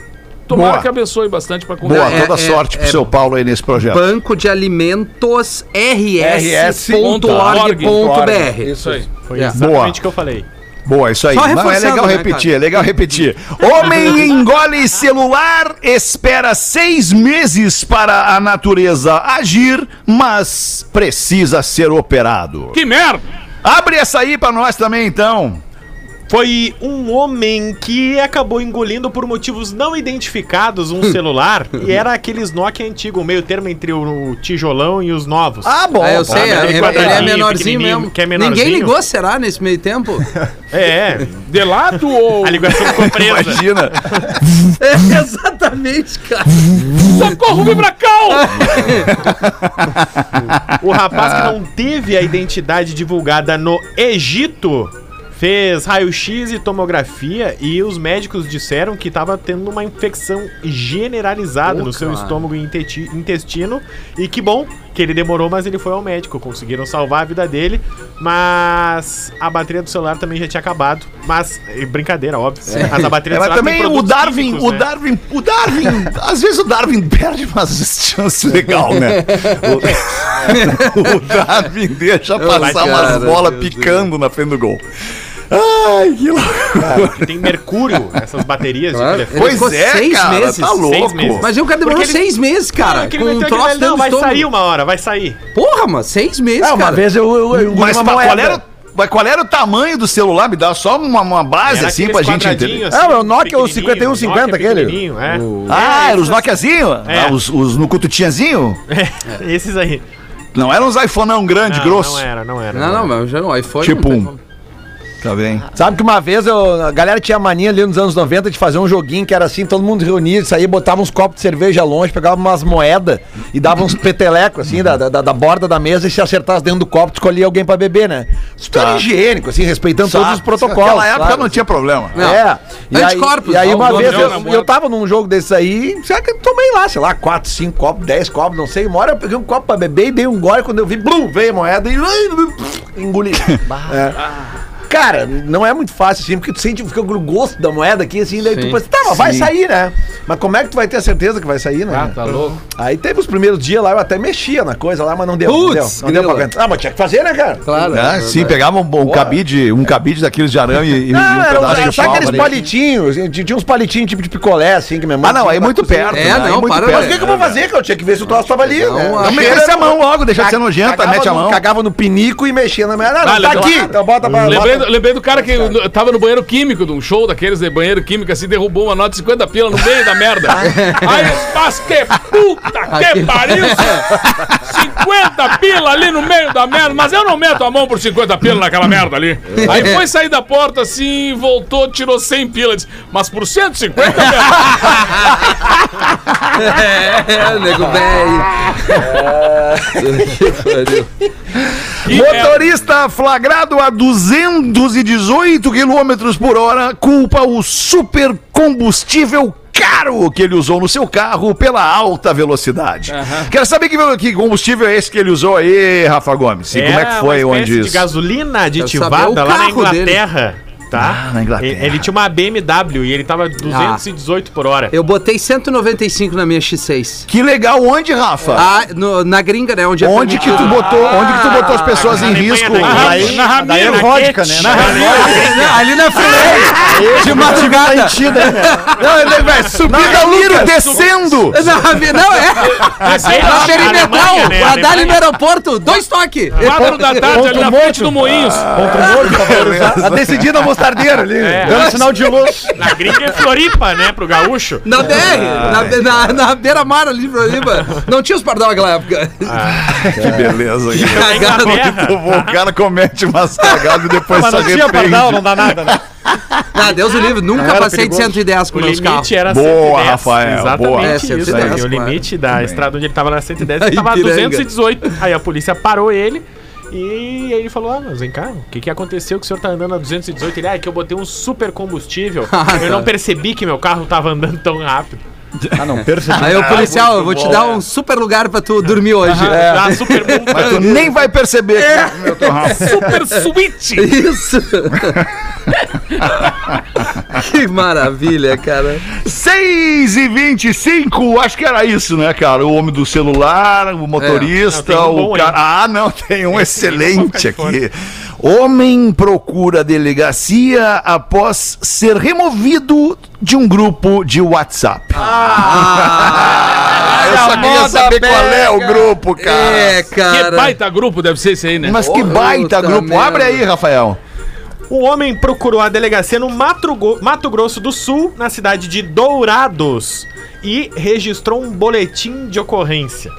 D: tomara
B: Boa.
D: que abençoe bastante para
B: Boa,
C: É,
B: toda
C: é,
B: sorte pro
C: é-
B: seu Paulo aí nesse projeto.
C: Banco de Alimentos rs.org.br.
D: Isso aí.
G: Foi
C: É.
G: exatamente o que eu falei.
B: Boa, isso aí.
C: Só
B: Não, é
C: reforçando,
B: legal
C: né,
B: repetir,
C: cara?
B: é legal repetir. Homem engole celular, espera seis meses para a natureza agir, mas precisa ser operado.
D: Que merda!
B: Abre essa aí pra nós também, então.
G: Foi um homem que acabou engolindo por motivos não identificados
F: Hum.
G: um celular e era aqueles Nokia antigo, o meio termo entre o tijolão e os novos.
F: Ah, bom.
C: Ah, eu sei, é-
G: aquele
C: ele é
G: quadradinho
C: menorzinho
G: pequenininho
C: mesmo.
G: que é menorzinho.
C: Ninguém ligou, será, nesse meio tempo?
G: É,
D: Delato ou.
G: a ligação ficou presa.
B: Imagina.
C: é, exatamente, cara.
D: Socorro, vem pra cá!
G: O rapaz que não teve a identidade divulgada no Egito fez raio-x e tomografia e os médicos disseram que estava tendo uma infecção generalizada
C: Ô,
G: no seu
C: cara.
G: estômago e inteti- intestino. E que bom que ele demorou, mas ele foi ao médico. Conseguiram salvar a vida dele, mas a bateria do celular também já tinha acabado. Mas, eh, brincadeira, óbvio.
C: É.
G: Mas a bateria do
B: Ela
G: celular tem
B: também, o
G: produtos
B: Darwin,
G: químicos,
B: o
G: né?
B: Darwin, o Darwin, às vezes o Darwin perde umas chances legal, né? O, o Darwin deixa passar
C: cara,
B: umas bolas
C: meu Deus.
B: picando na frente do gol. Ai, que loucura.
G: Tem mercúrio, essas baterias
C: Claro.
G: de telefone.
C: Ele ficou seis meses.
B: tá louco.
G: Seis meses.
C: Mas o cara demorou
G: Porque ele-
C: seis meses, cara.
G: Não, é que ele
C: com um
G: meteu aquele
C: troço
G: velho,
C: dentro
G: não,
C: do
G: vai
C: estômago.
G: sair um- uma hora, vai sair.
C: Porra, mano, seis meses,
F: É, uma
C: cara.
F: vez eu, eu, eu engoli
B: Mas
F: uma
B: pra-
F: moeda.
B: qual, era, mas qual era o tamanho do celular? Me dá só uma, uma base,
G: Era
B: assim,
G: aqueles
B: pra gente
G: quadradinhos,
B: entender.
G: assim,
F: Ah, mas o Nokia, o
G: pequenininho,
F: 5150,
G: Nokia
F: aquele?
G: pequenininho, É.
B: Ah, era os Nokiazinho?
G: É.
B: Ah, os, os no cututinhazinho?
G: É, Esses aí.
B: Não eram uns iPhoneão grande,
G: Não,
B: grosso.
G: Não era, não era.
C: Não, não, mas já não. iPhone.
B: Tipo
C: não
B: um.
C: tem como.
B: Tá bem.
F: Sabe que uma vez eu- a galera tinha mania ali nos anos 90 de fazer um joguinho que era assim, todo mundo reunia, saía, botava uns copos de cerveja longe, pegava umas moedas e dava uns petelecos assim da, da, da borda da mesa e se acertasse dentro do copo, escolhia alguém pra beber, né? Super
B: Tá.
F: higiênico, assim, respeitando todos os protocolos.
B: Naquela época
F: claro.
B: não tinha problema.
C: Não.
F: É. E aí,
C: Anticorpos,
F: e aí
C: não,
F: uma
C: não,
F: vez
D: não,
F: eu,
D: não, não.
F: eu tava num jogo desse aí, será que eu tomei lá, sei lá, 4, 5 copos, 10 copos, não sei. Uma hora eu peguei um copo pra beber e dei um gole, quando eu vi, blum, veio a moeda e ai, engoli. É. Cara, não é muito fácil assim, porque tu sente fica o gosto da moeda aqui, assim, daí
C: Sim.
F: tu pensa, tá, mas vai sair, né? Mas como é que tu vai ter a certeza que vai sair, né?
D: Ah, tá louco.
F: Aí teve os primeiros dias lá, eu até mexia na coisa lá, mas não deu. não
C: Putz,
F: deu, não deu
C: grila.
F: pra aguentar. Ah, mas tinha que fazer, né, cara?
C: Claro. é
B: Ah,
C: verdade.
B: sim, pegava um, um cabide, um cabide daqueles de arame e, e um
F: Não, era,
B: pedaço
F: era
B: de
F: só
B: pau. né?
F: aqueles palitinhos, tinha tinha uns palitinhos tipo de picolé, assim, que minha mãe.
B: Ah, não, aí
F: tinha
B: muito
F: pra
B: perto.
F: cozinhar.
B: né?
C: É, não,
B: Aí muito
C: para-
B: perto.
F: Mas o que, que eu vou fazer, cara? Eu tinha que ver se o troço tava ali. né?
C: Não,
F: Então
C: acho
F: me
B: que-
F: mete a mão
B: logo, deixa de ser
F: Ca-
B: nojenta,
F: cagava
B: mete a
F: no-
B: mão.
F: Cagava no pinico e mexia na minha. Ah, não,
D: Ah,
F: tá
D: legal.
F: aqui. Então bota pra.
D: Lembrei, do-
F: bota-
D: lembrei do cara que eu tava no banheiro químico, de um show daqueles de banheiro químico, assim, derrubou uma nota de 50 pila no meio da merda. Aí, mas que puta que pariu! 50 pila ali no meio da merda, mas eu não meto a mão por 50 pila naquela merda ali. Aí foi sair da porta assim, voltou, tirou 100 pila, disse, mas por 150 mesmo.
C: É, nego velho. Que pariu.
D: E é-
B: Motorista flagrado a 218 km por hora culpa o supercombustível caro que ele usou no seu carro pela alta velocidade. Quero saber que, que combustível é esse que ele usou aí, Rafa Gomes. E como é que foi
G: uma
B: onde
G: espécie de
B: isso?
G: gasolina
C: saber o
G: aditivada lá na
C: carro dele.
G: Inglaterra. tá?
B: Ah, na Inglaterra.
G: Ele, ele tinha uma BMW e ele tava 218 por hora.
C: Eu botei 195 na minha X6.
B: Que legal, onde, Rafa?
C: Ah, no- na gringa, né? Onde, é
B: onde que
C: permitido.
B: tu botou, onde que tu botou as pessoas
G: Ah, na
B: em
G: Alemanha
B: risco?
G: daí.
B: Ah,
G: Aí-
F: Daí, na daí é
G: na
F: vodka, né? Na
C: Ali, na- ali na
B: Ah,
C: Freeway.
B: é
C: De madrugada.
B: né? Não, ele vai
G: é
B: subir da Lira, descendo.
C: Na Rave- não, é. Na
G: na
C: perimetral.
G: Alemanha, né?
C: Pra dar ali no
G: Alemanha.
C: aeroporto. Dois toques.
D: Quatro da tarde, ali na frente do Moinhos.
G: né?
B: Tá decidindo a mostardeira ali.
G: É.
F: Dando sinal de luz.
G: Na gringa é Floripa, né? Pro gaúcho.
C: Na BR, na, na, na beira-mar ali, Floripa. Não tinha os pardal naquela época.
B: Ah, Que beleza. cara.
C: Cagado.
G: Terra.
B: Muito bom, o cara comete umas cagadas e depois
F: Mas
B: só
F: não tinha
B: arrepende.
F: pardal, não dá nada, né?
C: Ah, Deus o livre. Nunca
F: era
C: passei
F: perigoso.
C: de 110 com
G: O
C: meus
G: limite
C: carros.
G: era
B: Boa,
G: 110.
B: Rafael,
G: Exatamente
B: boa.
C: É,
G: isso.
C: 110,
G: aí. O
C: claro.
G: limite da estrada onde ele tava na 110,
C: Aí,
G: ele tava a
C: Ipiranga.
G: 218. Aí a polícia parou ele. E aí ele falou, ah, mas vem cá, o que que aconteceu que o senhor tá andando a 218? Ele, ah, é que eu botei um super combustível, eu não percebi que meu carro tava andando tão rápido.
F: Ah, não,
B: é
F: percebi.
C: Aí o policial,
G: muito
C: eu vou te
G: bom,
C: dar um super lugar pra tu dormir hoje.
G: Ah, super multa.
B: Mas tu nem vai perceber. que meu teu Rafa.
D: Super suíte.
C: É Isso. que maravilha, cara.
B: 6 e 25 acho que era isso, né, cara? O homem do celular, o motorista,
G: Não, tem um
B: o
G: bom aí.
B: cara. Ah, não, tem um excelente
G: ficar de
B: aqui. Homem procura delegacia após ser removido de um grupo de WhatsApp. Ah, eu só queria saber qual é o grupo, cara.
C: É,
D: Que
C: cara.
D: baita grupo deve ser esse aí, né?
B: Mas que
C: Puta
B: baita grupo.
C: merda.
B: Abre aí, Rafael.
G: Um homem procurou a delegacia no Mato, Gro- Mato Grosso do Sul, na cidade de Dourados, e registrou um boletim de ocorrência.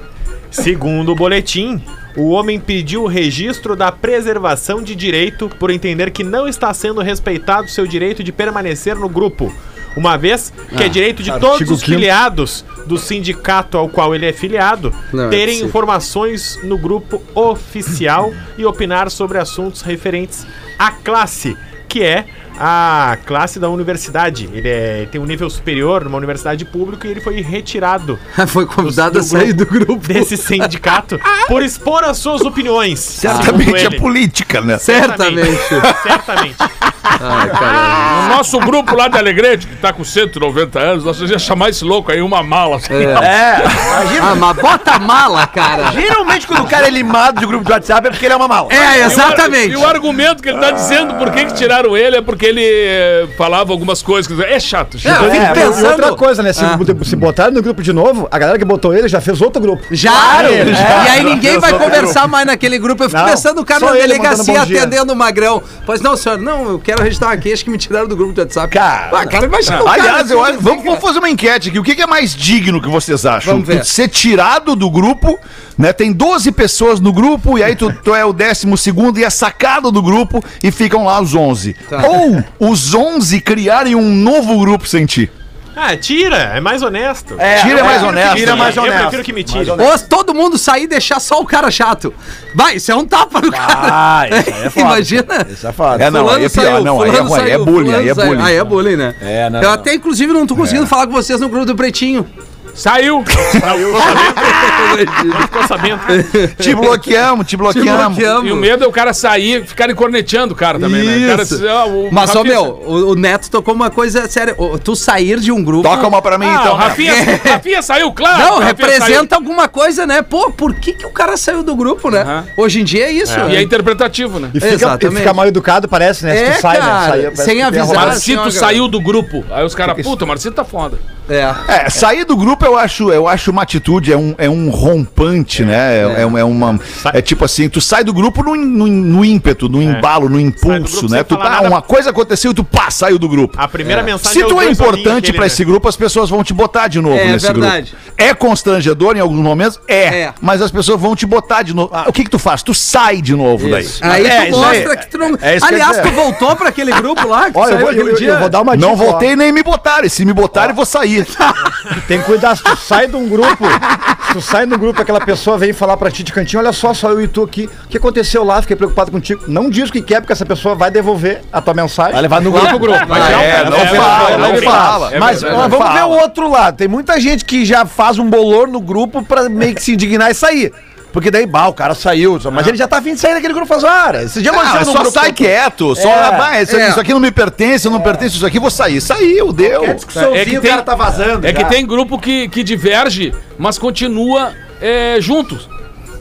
G: Segundo o boletim, o homem pediu o registro da preservação de direito por entender que não está sendo respeitado seu direito de permanecer no grupo, uma vez que é direito de todos
F: artigo
G: os
F: quinto.
G: filiados do sindicato ao qual ele é filiado
C: Não é
G: terem
C: possível.
G: informações no grupo oficial e opinar sobre assuntos referentes à classe, que é a classe da universidade. Ele é- tem um nível superior numa universidade pública e ele foi retirado
C: Foi convidado a sair do grupo.
G: desse sindicato por expor as suas opiniões.
B: Certamente é
G: segundo ele.
B: política, né?
C: Certamente.
G: Certamente.
C: Ai, cara.
D: No nosso grupo lá de Alegrete, que tá com 190 anos, nós ia chamar esse louco aí uma mala. assim.
E: É.
C: Ah, mas bota a mala, cara.
E: Geralmente quando o cara é limado de grupo de WhatsApp é porque ele é uma mala.
C: É,
D: E o ar-
C: exatamente.
D: E o, argumento que ele
C: Ah.
D: tá dizendo por que, que tiraram ele é porque ele eh, falava algumas coisas. que- É chato,
C: É,
D: chato.
C: eu fico
F: É, mas
C: pensando-
F: outra coisa, né? Se,
C: Ah.
F: se botaram no grupo de novo, a galera que botou ele já fez outro grupo.
C: Já, É.
F: ele já-
C: e aí ninguém vai conversar mais naquele grupo. Eu fico
F: Não,
C: pensando o cara
F: só
C: na
F: ele
C: delegacia
F: mandando bom dia.
C: atendendo o Magrão. Pois não, senhor, não, eu quero registrar uma queixa que me tiraram do grupo do WhatsApp.
F: Cara.
C: ah, cara imagina o cara
B: Aliás,
C: assim,
B: eu acho, vamos, vamos fazer uma enquete aqui. O que, que é mais digno que vocês acham?
C: Vamos ver.
B: Tu ser tirado do grupo, né? Tem 12 pessoas no grupo e aí tu, tu é o 12 e é sacado do grupo e ficam lá os 11.
C: Tá.
B: Ou os 11 criarem um novo grupo sem ti.
G: Ah, tira, é mais honesto.
B: Tira é mais honesto.
G: Tira
B: né?
G: mais honesto. Eu prefiro que me tire.
C: Ou todo mundo sair e deixar só o cara chato. Vai, isso é um tapa no cara.
E: Ah, isso aí é foda.
C: Imagina.
E: Isso é foda.
B: É, não, aí é pior.
C: saiu,
B: Não, aí é
C: fulano
B: ruim, aí é
C: saiu,
B: bullying,
C: fulano
B: aí é
C: saiu.
B: bullying.
C: Ah, é bullying, né?
E: É, não,
C: eu
E: não.
C: até, inclusive, não É. tô conseguindo falar com vocês no grupo do Pretinho.
D: Saiu.
G: Ficou sabendo.
B: Te bloqueamos, te
C: Te
B: bloqueamos.
D: E o
C: bloqueamos.
D: medo é o cara sair, ficarem corneteando o cara também, né? O cara,
C: Isso.
D: diz, ah, o
C: Mas, ó,
D: Rafinha-
C: meu, o, o Neto tocou uma coisa séria. O- Tu sair de um grupo...
B: Toca uma pra mim
D: Ah,
B: então.
D: o Rafinha,
C: né?
D: Rafinha saiu, claro.
C: Não,
D: o Rafinha
C: representa alguma coisa, né? Pô, por que, que o cara saiu do grupo, né?
D: Aham.
C: Hoje em dia é isso.
D: saiu. E é interpretativo, né?
F: E fica, e
C: Exatamente.
F: fica mal educado, parece, né?
C: É, cara,
F: Sai- parece
C: sem
F: que tem
C: avisar.
F: arrumado.
D: Marcito
C: senhora.
D: saiu do grupo. Aí os caras, puta, o Marcito tá foda.
C: É.
B: É, sair do grupo eu acho, eu acho uma atitude, é um, é um rompante, né? É, é um- é uma. É tipo assim, tu sai do grupo no, no, no ímpeto, no embalo, no impulso,
G: É. grupo
B: né?
G: sem
B: Tu,
G: falar
B: ah,
G: nada. Ah,
B: uma coisa aconteceu e tu pá, saiu do grupo.
G: A primeira mensagem
B: Se tu
G: os
B: é
G: dois olhinhos
B: importante
G: aquele,
B: pra
G: né?
B: esse grupo, as pessoas vão te botar de novo
C: É,
B: nesse
C: verdade.
B: grupo. É constrangedor em alguns momentos? É.
C: É.
B: Mas as pessoas vão te botar de novo. Ah, o que que tu faz? Tu sai de novo daí.
C: Aí
E: É,
C: tu
E: isso aí.
C: mostra que tu não.
E: É isso que eu
C: Aliás,
E: ia
C: tu
E: dizer.
C: voltou pra aquele grupo lá que
F: Olha,
C: saiu
F: eu vou, eu-
C: aquele
F: eu-
C: dia.
F: eu vou dar uma dica.
B: Não
F: ó.
B: voltei nem me botarem. Se me botarem, eu vou sair.
F: Tem que cuidar, se tu sai de um grupo, se tu sai no grupo, aquela pessoa vem falar pra ti de cantinho, olha só, só eu e tu aqui, o que aconteceu lá, fiquei preocupado contigo. Não diz o que quer, porque essa pessoa vai devolver a tua mensagem.
E: Vai levar no grupo.
C: Vai,
D: um
G: Não,
B: É,
G: cara,
B: não
G: é
B: fala,
G: verdade,
B: não
G: é
B: fala.
E: Mas
B: É
E: ó,
B: verdade.
E: vamos
B: Fala.
E: ver o outro lado. Tem muita gente que já faz um bolor no grupo pra meio que se indignar e sair. Porque daí, bah, o cara saiu. só- Mas ele já tá afim de sair daquele grupo faz
F: assim,
E: hora. Esse dia
B: Ah,
E: aconteceu no
B: só
E: grupo-
B: sai quieto, só
E: É,
B: "Ah, isso,
C: é.
B: isso aqui não me pertence, eu não pertence, isso aqui eu vou sair. Saiu, deu.
E: Qualquer discussãozinha,
D: É que tem-
E: vazando.
D: É que
E: já.
D: tem grupo que, que diverge, mas continua é, juntos.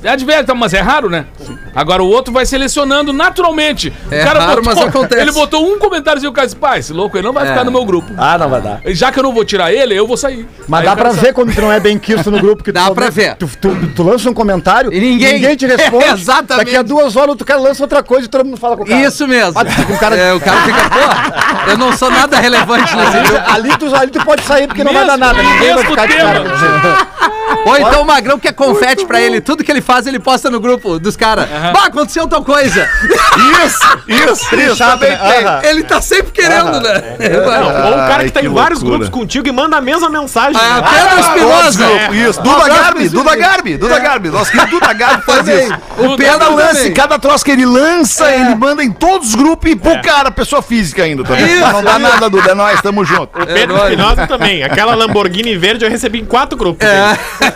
D: É diverge, tá, mas é raro, né? Agora o outro vai selecionando naturalmente.
C: É raro,
D: botou,
C: mas acontece.
D: Ele botou um comentáriozinho e o cara disse, pai, esse louco, ele não vai
C: É.
D: ficar no meu grupo.
E: Ah, não vai dar.
D: Já que eu não vou tirar ele, eu vou sair.
F: Mas
D: Aí
F: dá
D: o cara
F: pra ver quando tu não é bem quisto no grupo que
C: Dá
F: tu, tá
C: pra ver.
F: Tu, tu- tu lança um comentário
C: E ninguém-
F: te responde.
C: É, exatamente.
F: Daqui a duas horas o cara lança outra coisa e todo mundo fala com o cara.
C: Isso mesmo.
F: o cara-
C: É, o cara fica, pô, eu não sou nada relevante nesse
F: Ali,
C: grupo.
F: ali tu, ali tu pode sair porque não vai dar
D: Mesmo-
F: nada. Ninguém vai
D: mesmo
F: ficar de
D: tema.
F: cara. contigo.
C: Ou então o Magrão quer confete pra ele. Tudo que ele faz, ele posta no grupo dos caras. Bah, aconteceu tal coisa.
B: Isso, isso, isso. Também tem.
F: Aham. É
C: Ele tá sempre querendo, né?
G: Não, ou o cara
B: Ai,
G: que tá
B: que
G: em vários
B: loucura. tá.
G: grupos contigo e manda a mesma mensagem.
C: Ah,
G: né?
C: Pedro Espinosa.
B: Ótimo, Isso, Duda É Garbi, Duda Garbi, Duda Garbi. Nosso querido Duda Garbi faz
C: É. Também.
B: isso.
C: O É.
B: Cada
C: Pedro
B: lance,
C: lance,
B: cada troço que ele lança, ele manda em todos os grupos e pro cara, pessoa física ainda também.
C: É. Isso.
B: Não dá nada, Duda, é nóis, tamo junto.
G: O Pedro
C: É nóis. É.
G: Espinosa também. Aquela Lamborghini verde eu recebi em quatro grupos. dele.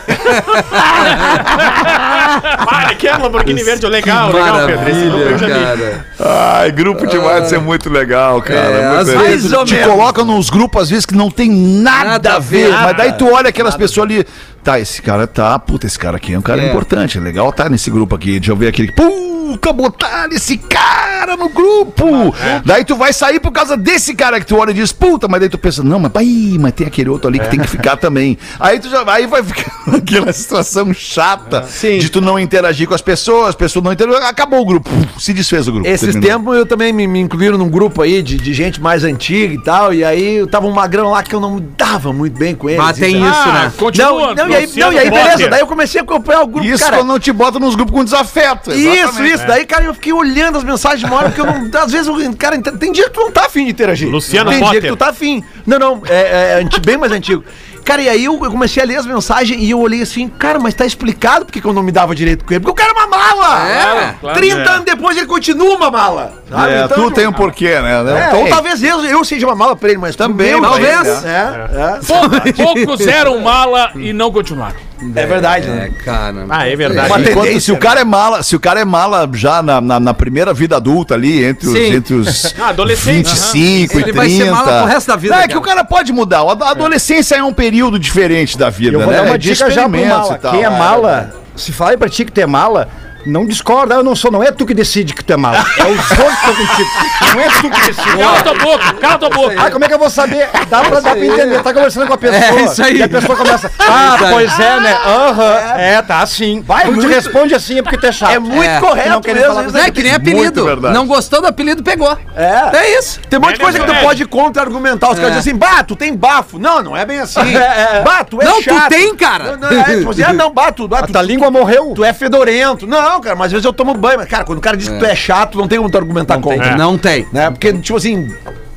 G: Para, que é Lamborghini verde, legal, legal, Pedro. Esse grupo eu já vi.
C: cara.
B: Ai, grupo de WhatsApp é muito legal, cara.
C: É,
B: muito
C: às
B: legal.
C: vezes
B: Te
C: ou menos.
B: colocam nos grupos, às vezes, que não tem nada,
C: Nada
B: a ver. Mas daí tu olha aquelas pessoas ali. Tá, esse cara tá. Puta, esse cara aqui é um cara
C: É.
B: importante. é Legal tá nesse grupo aqui. Deixa eu ver aquele. Puta, botaram esse tá cara no grupo.
E: Ah, é.
B: Daí tu vai sair por causa desse cara que tu olha e diz, puta, mas daí tu pensa, não, mas, pai, mas tem aquele outro ali
E: É.
B: que tem que ficar também. Aí tu já aí vai ficar aquela situação
E: É.
B: chata de tu não interagir com as pessoas, as pessoas não interagem. Acabou o grupo. Se desfez o grupo.
E: Esses
B: terminou.
E: tempos eu também me, me incluíram num grupo aí de, de gente mais antiga e tal. E aí eu tava um magrão lá que eu não me dava muito bem com eles.
C: Mas tem
E: Então,
C: isso,
G: Ah,
C: né?
E: Não,
D: Continua.
E: não, e aí, não, e aí
G: Potter.
E: beleza. Daí eu comecei a acompanhar o grupo,
B: Isso
E: cara.
B: quando não te botam nos grupos com desafeto.
E: Isso, isso. Daí, cara, eu fiquei olhando as mensagens de uma hora, porque eu não. Às vezes, eu- cara, ent- tem dia que tu não tá afim de interagir.
G: Luciano
E: Tem
G: Potter.
E: dia que tu tá afim. Não, não, é, é anti- bem mais antigo. Cara, e aí eu, eu comecei a ler as mensagens e eu olhei assim, cara, mas tá explicado porque que eu não me dava direito com ele. Porque o cara é uma mala!
C: É,
D: claro.
E: 30
G: É.
E: anos depois ele continua uma mala. sabe?
B: É,
E: Então,
B: tu tem um porquê, né?
E: é,
B: Tem.
E: ou talvez eu, eu seja uma mala pra ele, mas
B: Também,
E: meu,
B: talvez.
E: talvez. É,
D: Pou- Poucos eram mala e não continuaram.
E: é, é verdade,
C: É,
E: né?
C: cara.
G: Ah, é verdade.
B: Mas
E: Enquanto-
B: tem- se o cara é mala, se o cara é mala já na, na, na primeira vida adulta ali, entre os,
C: Sim.
B: entre os
G: Ah, adolescente.
B: 25 e 30.
C: Ele vai ser mala pro resto da vida,
B: É
C: cara.
B: que o cara pode mudar. A a adolescência é um período diferente da vida,
F: Eu vou
B: né?
F: dar
B: É
F: uma
B: de
F: dica já pro
B: experimentos
F: mala.
B: e tal. Ah,
F: Quem é mala, se falar pra ti que tu é mala, não discorda, "Ah, eu não sou, não é tu que decide que tu é mala. É os outros que estão contigo. Não é tu que decide.
D: Cala tua boca, cala tua boca.
F: Ah, como é que eu vou saber? Dá pra, dá pra entender. Tá conversando com a pessoa.
C: É isso aí.
F: E a pessoa começa. Ah,
C: Isso aí.
F: pois é, né? Aham. É, tá assim. Vai, tu te responde assim, é porque tu é chato.
E: É muito
C: É.
E: correto
F: Não querendo falar
E: mesmo.
F: com
E: né?
C: É que nem
B: Muito
C: apelido.
B: verdade.
C: Não gostou do apelido, pegou.
E: É.
C: É isso.
E: Tem um monte de
G: É
E: coisa que tu
G: verdade.
E: pode contra-argumentar. Os caras
C: É.
E: dizem assim, bah, tu tem bafo. Não, não é bem assim.
F: É, é.
E: Bah, tu é
C: Não, tu
E: chato.
C: tem, cara.
E: Não, não, é, tipo assim, ah, não, bah, tu, ah,
F: A
E: tu,
F: tua língua morreu.
E: tu é fedorento. Não, cara, mas às vezes eu tomo banho. Mas, cara, quando o cara diz que tu é chato, não tem como tu argumentar
F: É.
E: contra.
C: Não tem.
E: Né? Porque, tipo assim,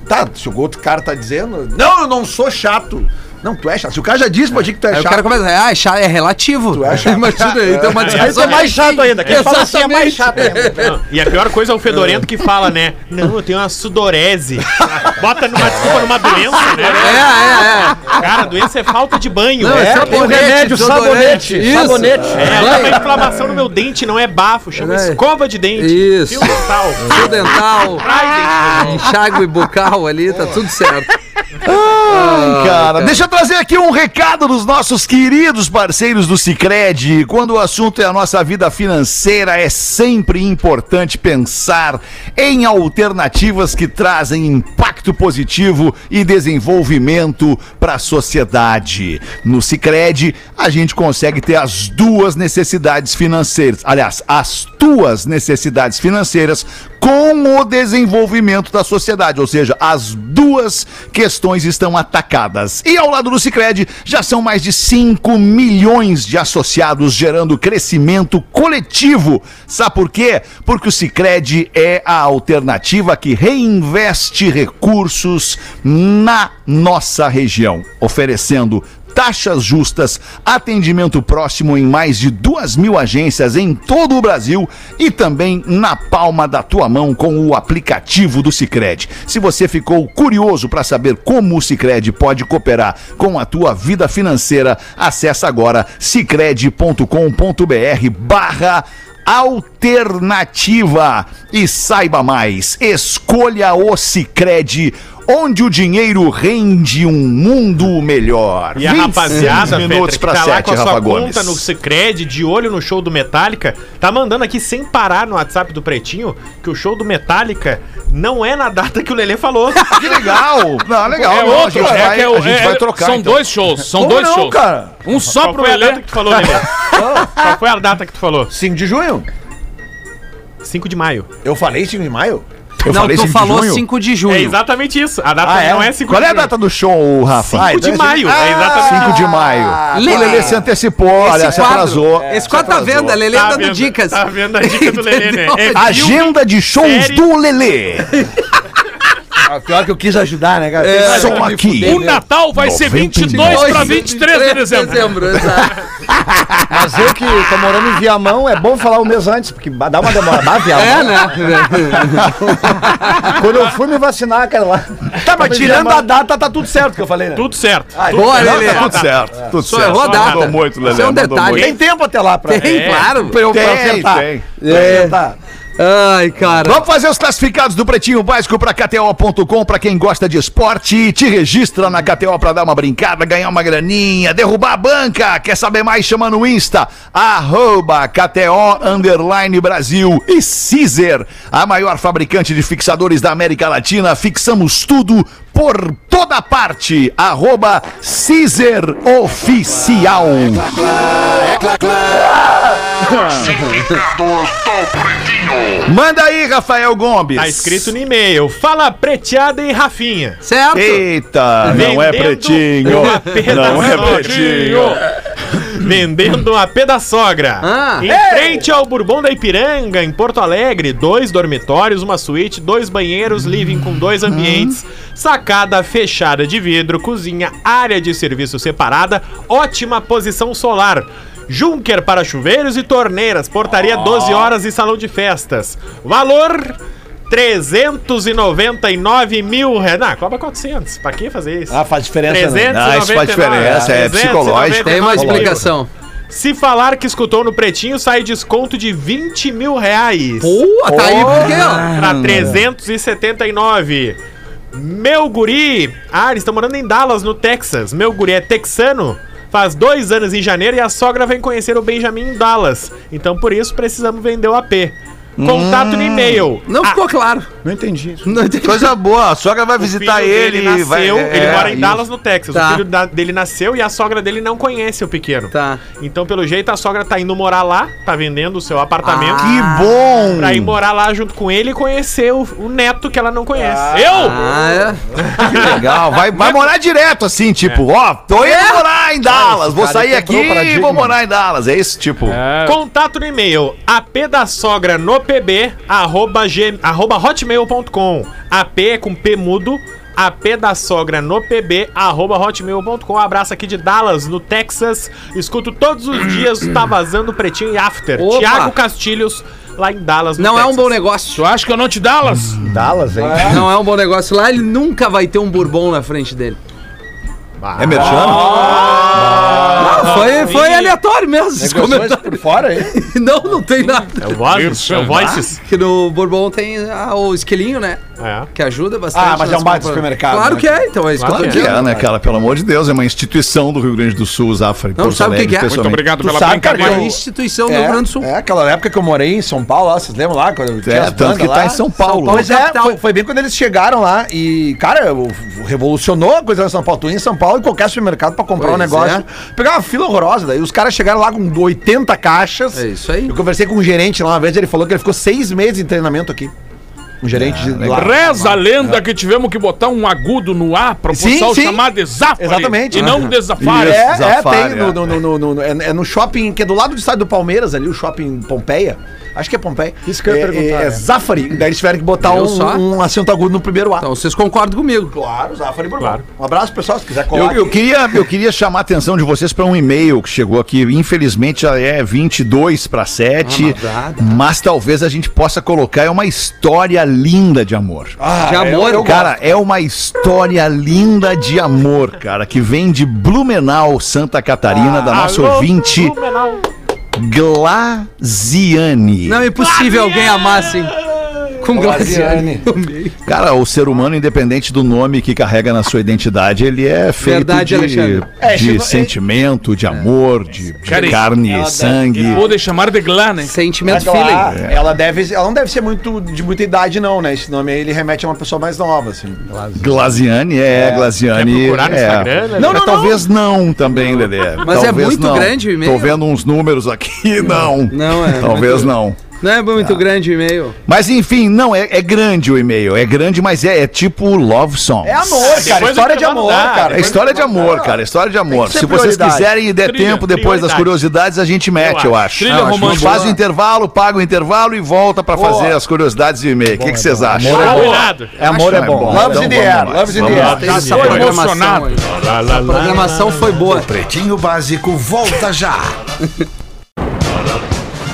E: tá, se o outro cara tá dizendo, não, eu não sou chato. Não, tu é chato. Se o cara já disse pra ti que tu é
C: Aí o
E: chato.
C: cara começa, ah, é chato, é relativo.
E: Tu é chato.
C: Imagina, então uma
F: Aí tu
C: discussão
F: é mais chato ainda. Quem fala assim é mais
C: Exatamente.
F: chato ainda.
G: Não, E a pior coisa é o fedorento que fala, né? Não, eu tenho uma sudorese. Bota numa desculpa numa doença,
C: É,
G: né?
C: é,
G: Cara, doença é falta de banho.
C: Não,
G: é,
C: é
F: tem um remédio, sabonete,
C: Isso.
F: sabonete.
G: é,
C: Banho.
G: tá uma inflamação no meu dente, não é bafo, chama
C: É.
G: escova de dente.
C: Isso. É.
G: Fio dental.
C: Fio dental, enxágue bucal ali, tá tudo certo.
B: Ai, cara. Deixa eu trazer aqui um recado dos nossos queridos parceiros do Cicred. Quando o assunto é a nossa vida financeira, é sempre importante pensar em alternativas que trazem impacto positivo e desenvolvimento para a sociedade. No Cicred, a gente consegue ter as duas necessidades financeiras. Aliás, as tuas necessidades financeiras com o desenvolvimento da sociedade, ou seja, as duas questões estão atacadas. E ao lado do Cicred, já são mais de 5 milhões de associados, gerando crescimento coletivo. Sabe por quê? Porque o Cicred é a alternativa que reinveste recursos na nossa região, oferecendo taxas justas, atendimento próximo em mais de duas mil agências em todo o Brasil e também na palma da tua mão com o aplicativo do Cicred. Se você ficou curioso para saber como o Cicred pode cooperar com a tua vida financeira, acessa agora cicred.com.br barra alternativa. E saiba mais, escolha o Cicred, onde o dinheiro rende um mundo melhor.
G: E a
B: 26
G: rapaziada,
B: minutos
G: Pedro, que
B: para
G: tá lá
B: sete,
G: com a sua
B: Rafa
G: conta
B: Gomes.
G: no Secred, de olho no show do Metallica, tá mandando aqui sem parar no WhatsApp do Pretinho que o show do Metallica não é na data que o Lelê falou.
B: Que legal! Não, legal.
D: É
B: não, a
D: outro,
B: gente,
D: é
B: vai,
D: que é o-
B: a gente
D: é-
B: vai trocar.
D: São
B: então.
D: dois shows, são
E: Como
D: dois
E: não,
D: shows.
E: cara?
D: Um só
G: Qual
D: pro
G: foi a data
D: Lelê.
G: que tu falou, Lelê?
B: Oh.
G: Qual foi a data que tu falou?
E: 5 de junho.
G: 5 de maio.
E: Eu falei 5 de maio?
B: Eu
C: Não,
B: falei
C: tu
B: cinco de
C: falou
B: junho?
C: 5 de junho.
G: É exatamente isso. A data
E: Ah, é?
G: não é 5
B: Qual
G: de
B: é a
G: junho.
B: data do show, Rafa?
G: 5 de maio. é exatamente
B: 5 Ah, de maio.
C: Lele.
B: O Ah, Lelê se antecipou, olha, se atrasou.
C: Esse quadro tá vendo, é Lelê
G: Tá
C: dando
G: vendo-
C: dicas.
G: Tá vendo a dica do Lelê, né?
C: Entendeu?
G: É filme,
B: Agenda de shows
G: série.
B: do Lelê.
F: Ah, Pior que eu quis ajudar, né, cara?
G: Tá
C: É.
B: Só aqui.
D: O Natal vai ser 22 para 23 de dezembro.
C: exato.
F: Mas eu que tô morando em Viamão, é bom falar um mês antes, porque dá uma demora. Bah, Viamão.
C: É, né?
F: Quando eu fui me vacinar, cara, lá.
E: Tá, mas tirando a
F: Maio.
E: data, tá tudo certo que eu falei, né?
G: Tudo certo.
C: Boa,
B: Não,
C: Lelê.
B: tá tudo certo. Tudo
C: Só
B: certo.
C: errou a
B: Mandou
C: data.
B: muito, Lelê.
C: Isso é um
B: mandou
C: detalhe.
B: muito.
E: Tem tempo até lá pra,
C: Tem, claro.
E: pra eu pra eu
B: Tem,
E: acertar.
B: tem.
C: É.
E: Tá.
C: Ai, cara.
B: Vamos fazer os classificados do Pretinho Básico para KTO.com, para quem gosta de esporte, te registra na KTO para dar uma brincada, ganhar uma graninha, derrubar a banca, quer saber mais, chama no Insta, arroba KTO Underline Brasil e Caesar, a maior fabricante de fixadores da América Latina, fixamos tudo por toda parte, arroba Caesar Oficial. Manda aí, Rafael Gomes.
G: Tá escrito no e-mail. Fala preteada e Rafinha.
C: Certo?
B: Eita, não é
G: Vendendo
B: pretinho.
G: uma pena
B: Não é
G: só.
B: pretinho.
G: Vendendo a pé da sogra.
C: Ah.
G: em frente ao Bourbon da Ipiranga, em Porto Alegre, dois dormitórios, uma suíte, dois banheiros, living com
B: Hum.
G: dois ambientes, sacada fechada de vidro, cozinha, área de serviço separada, ótima posição solar. Junker para chuveiros e torneiras, portaria 12 horas e salão de festas. Valor 399 mil reais. Não, cobra 400. Pra que fazer isso?
E: Ah, faz diferença, né?
B: Ah, isso faz diferença, é
G: 399,
B: psicológico.
C: Tem uma
G: 399.
C: explicação.
G: Se falar que escutou no Pretinho, sai desconto de 20 mil reais.
C: Pô, tá aí porque, ó.
G: Pra 379. Meu guri... Ah, eles estão morando em Dallas, no Texas. Meu guri é texano. Faz dois anos em janeiro e a sogra vem conhecer o Benjamin em Dallas. Então, por isso, precisamos vender o AP. Contato no
C: Hum.
G: e-mail.
C: Não ficou claro.
F: Não entendi isso.
C: Não entendi.
B: Coisa boa, a sogra vai
G: O
B: visitar
G: filho
B: ele.
G: dele nasceu,
B: vai,
G: ele mora em Dallas, no Texas.
C: é, Tá.
G: O filho da- dele nasceu e a sogra dele não conhece o pequeno.
C: Tá.
G: Então, pelo jeito, a sogra tá indo morar lá, tá vendendo o seu apartamento.
C: Ah.
B: Que bom!
G: Pra ir morar lá junto com ele e conhecer o, o neto que ela não conhece. Eu?
C: Ah,
B: Que legal. Vai, vai morar direto, assim, tipo, ó, tô indo
C: É.
B: morar em Dallas, vou sair aqui e vou morar em Dallas. É isso, tipo.
G: Contato no e-mail apdasogra no pb arroba, g- arroba hotmail.com AP é com P mudo AP da sogra no pb arroba hotmail.com abraço aqui de Dallas no Texas escuto todos os dias tá vazando pretinho e after
C: Opa.
G: Tiago Castilhos lá em Dallas
C: é.
G: no
C: Não é um
G: Texas.
C: bom negócio.
D: Tu acha que eu não te Dallas?
F: Dallas, hein?
C: Não é um bom negócio. Lá ele nunca vai ter um bourbon na frente dele.
B: É
C: Ah,
B: merchan?
C: Não, Ah, foi, foi
G: e-
C: aleatório mesmo. esses
E: Negociações
C: comentários.
E: por fora, hein?
C: Não, não tem nada.
G: é o Voices é o Voices
C: Que no bourbon tem ah, o esquilinho, né?
G: é.
C: Que ajuda bastante.
E: Ah, mas é um
C: nas
E: baita
C: compras.
E: supermercado,
C: Claro
E: né,
C: que é, então é isso
G: Claro
C: que eu tô
B: Que
C: dizendo.
B: é, né, cara? Pelo amor de Deus, é uma instituição do Rio Grande do Sul, Zafra. e
C: Não,
B: Porto
C: sabe o que
B: Alegre,
C: que é? Muito
B: especialmente.
D: Obrigado pela
E: sabe, cara,
D: brincadeira.
C: É
E: Eu-
F: um-
C: uma instituição do Rio Grande do Sul.
E: É, aquela época que eu morei em São Paulo, lá, vocês lembram lá? Quando eu tinha
B: É,
E: as
B: tanto
E: bandas
B: que tá em São Paulo.
E: Pois é,
C: Capital.
E: foi, foi bem quando eles chegaram lá e, cara, eu- eu- revolucionou a coisa em São Paulo. Tu ia em São Paulo e qualquer supermercado pra comprar
C: Pois
E: um
B: é.
E: negócio. Pegar uma fila horrorosa, daí os caras chegaram lá com 80 caixas.
C: É isso aí.
E: Eu conversei com um gerente lá uma vez, ele falou que ele ficou seis meses em treinamento aqui. um gerente
B: Ah,
E: de lá.
D: Reza a lenda que tivemos que botar um agudo no A pra o
E: É. Sim,
D: pessoal
E: sim.
D: chamar de Zafari.
E: Exatamente.
D: E não de Zafari.
E: É, é,
B: Zafari,
E: tem
B: é.
E: no, no- no- no- no- é, é no shopping que é do lado do estádio do Palmeiras ali, o shopping Pompeia. Acho que é Pompeia.
F: Isso que eu ia
E: é,
F: perguntar,
E: É, é
F: é.
E: Zafari. Daí eles tiveram que botar
C: Viu
E: um,
C: só?
E: um acento agudo no primeiro A.
C: Então vocês concordam comigo.
E: claro, Zafari Bourbon. Um abraço, pessoal, se quiser colar.
B: Eu,
E: aqui.
B: eu queria, eu queria chamar a atenção de vocês para um e-mail que chegou aqui. Infelizmente já é 22 para
G: Ah,
B: 7, mas talvez a gente possa colocar. É uma história linda de amor.
E: Ah,
C: de amor,
B: cara, é uma história linda de amor, cara, que vem de Blumenau, Santa Catarina, da nossa
G: Ah, Alô,
B: ouvinte
G: Blumenau.
B: Glaziane.
C: Não é impossível alguém amar assim. Com Glaciane.
B: Cara, o ser humano, independente do nome que carrega na sua identidade, ele é feito
C: Verdade,
B: de,
C: Alexandre.
G: É,
B: de sentimento, de amor, de, de
D: Cara,
B: carne, e sangue.
D: Ou de chamar de Glá, né?
C: Um Sentimento
E: Ela-
C: feeling.
E: É. Ela, deve, ela não deve ser muito, de muita idade, não, né? Esse nome aí ele remete a uma pessoa mais nova, assim.
B: Glaziane, é, Glaziane.
G: Quer procurar no
B: é.
G: Instagram, né,
B: Não,
G: Lelê?
B: não, talvez não, também, Lelê.
C: Mas é
B: Talvez
C: muito
B: não.
C: grande o e-mail.
B: Tô vendo uns números aqui, não.
C: Não, é
B: Talvez
C: muito-
B: não.
C: Não é muito grande o e-mail.
B: Mas enfim, não, é, é grande o e-mail. É grande, mas é, é tipo love song.
E: É amor, cara.
G: eu
E: História
G: te
E: de
G: mando
E: amor,
G: nada,
E: cara.
B: É história de amor, cara. é História de amor.
E: que ser
B: Se vocês
E: prioridade.
B: quiserem e der
D: Trilha,
B: tempo depois das
G: prioridade.
B: curiosidades, a gente mete, eu
G: acho.
B: acho.
D: Trilha
B: Eu acho.
D: romântica.
B: Faz o intervalo, paga o intervalo e volta pra fazer as curiosidades e e-mail. O que que vocês
G: Tá
B: acham?
G: Combinado.
B: É amor é bom.
E: Loves in
B: Então
E: the air,
B: vamos lá.
E: loves in
B: Vamos
E: the
B: lá.
E: air.
C: Tem essa
G: Tô
C: programação aí.
G: Lá, lá,
C: A programação foi boa.
A: Pretinho Básico volta já.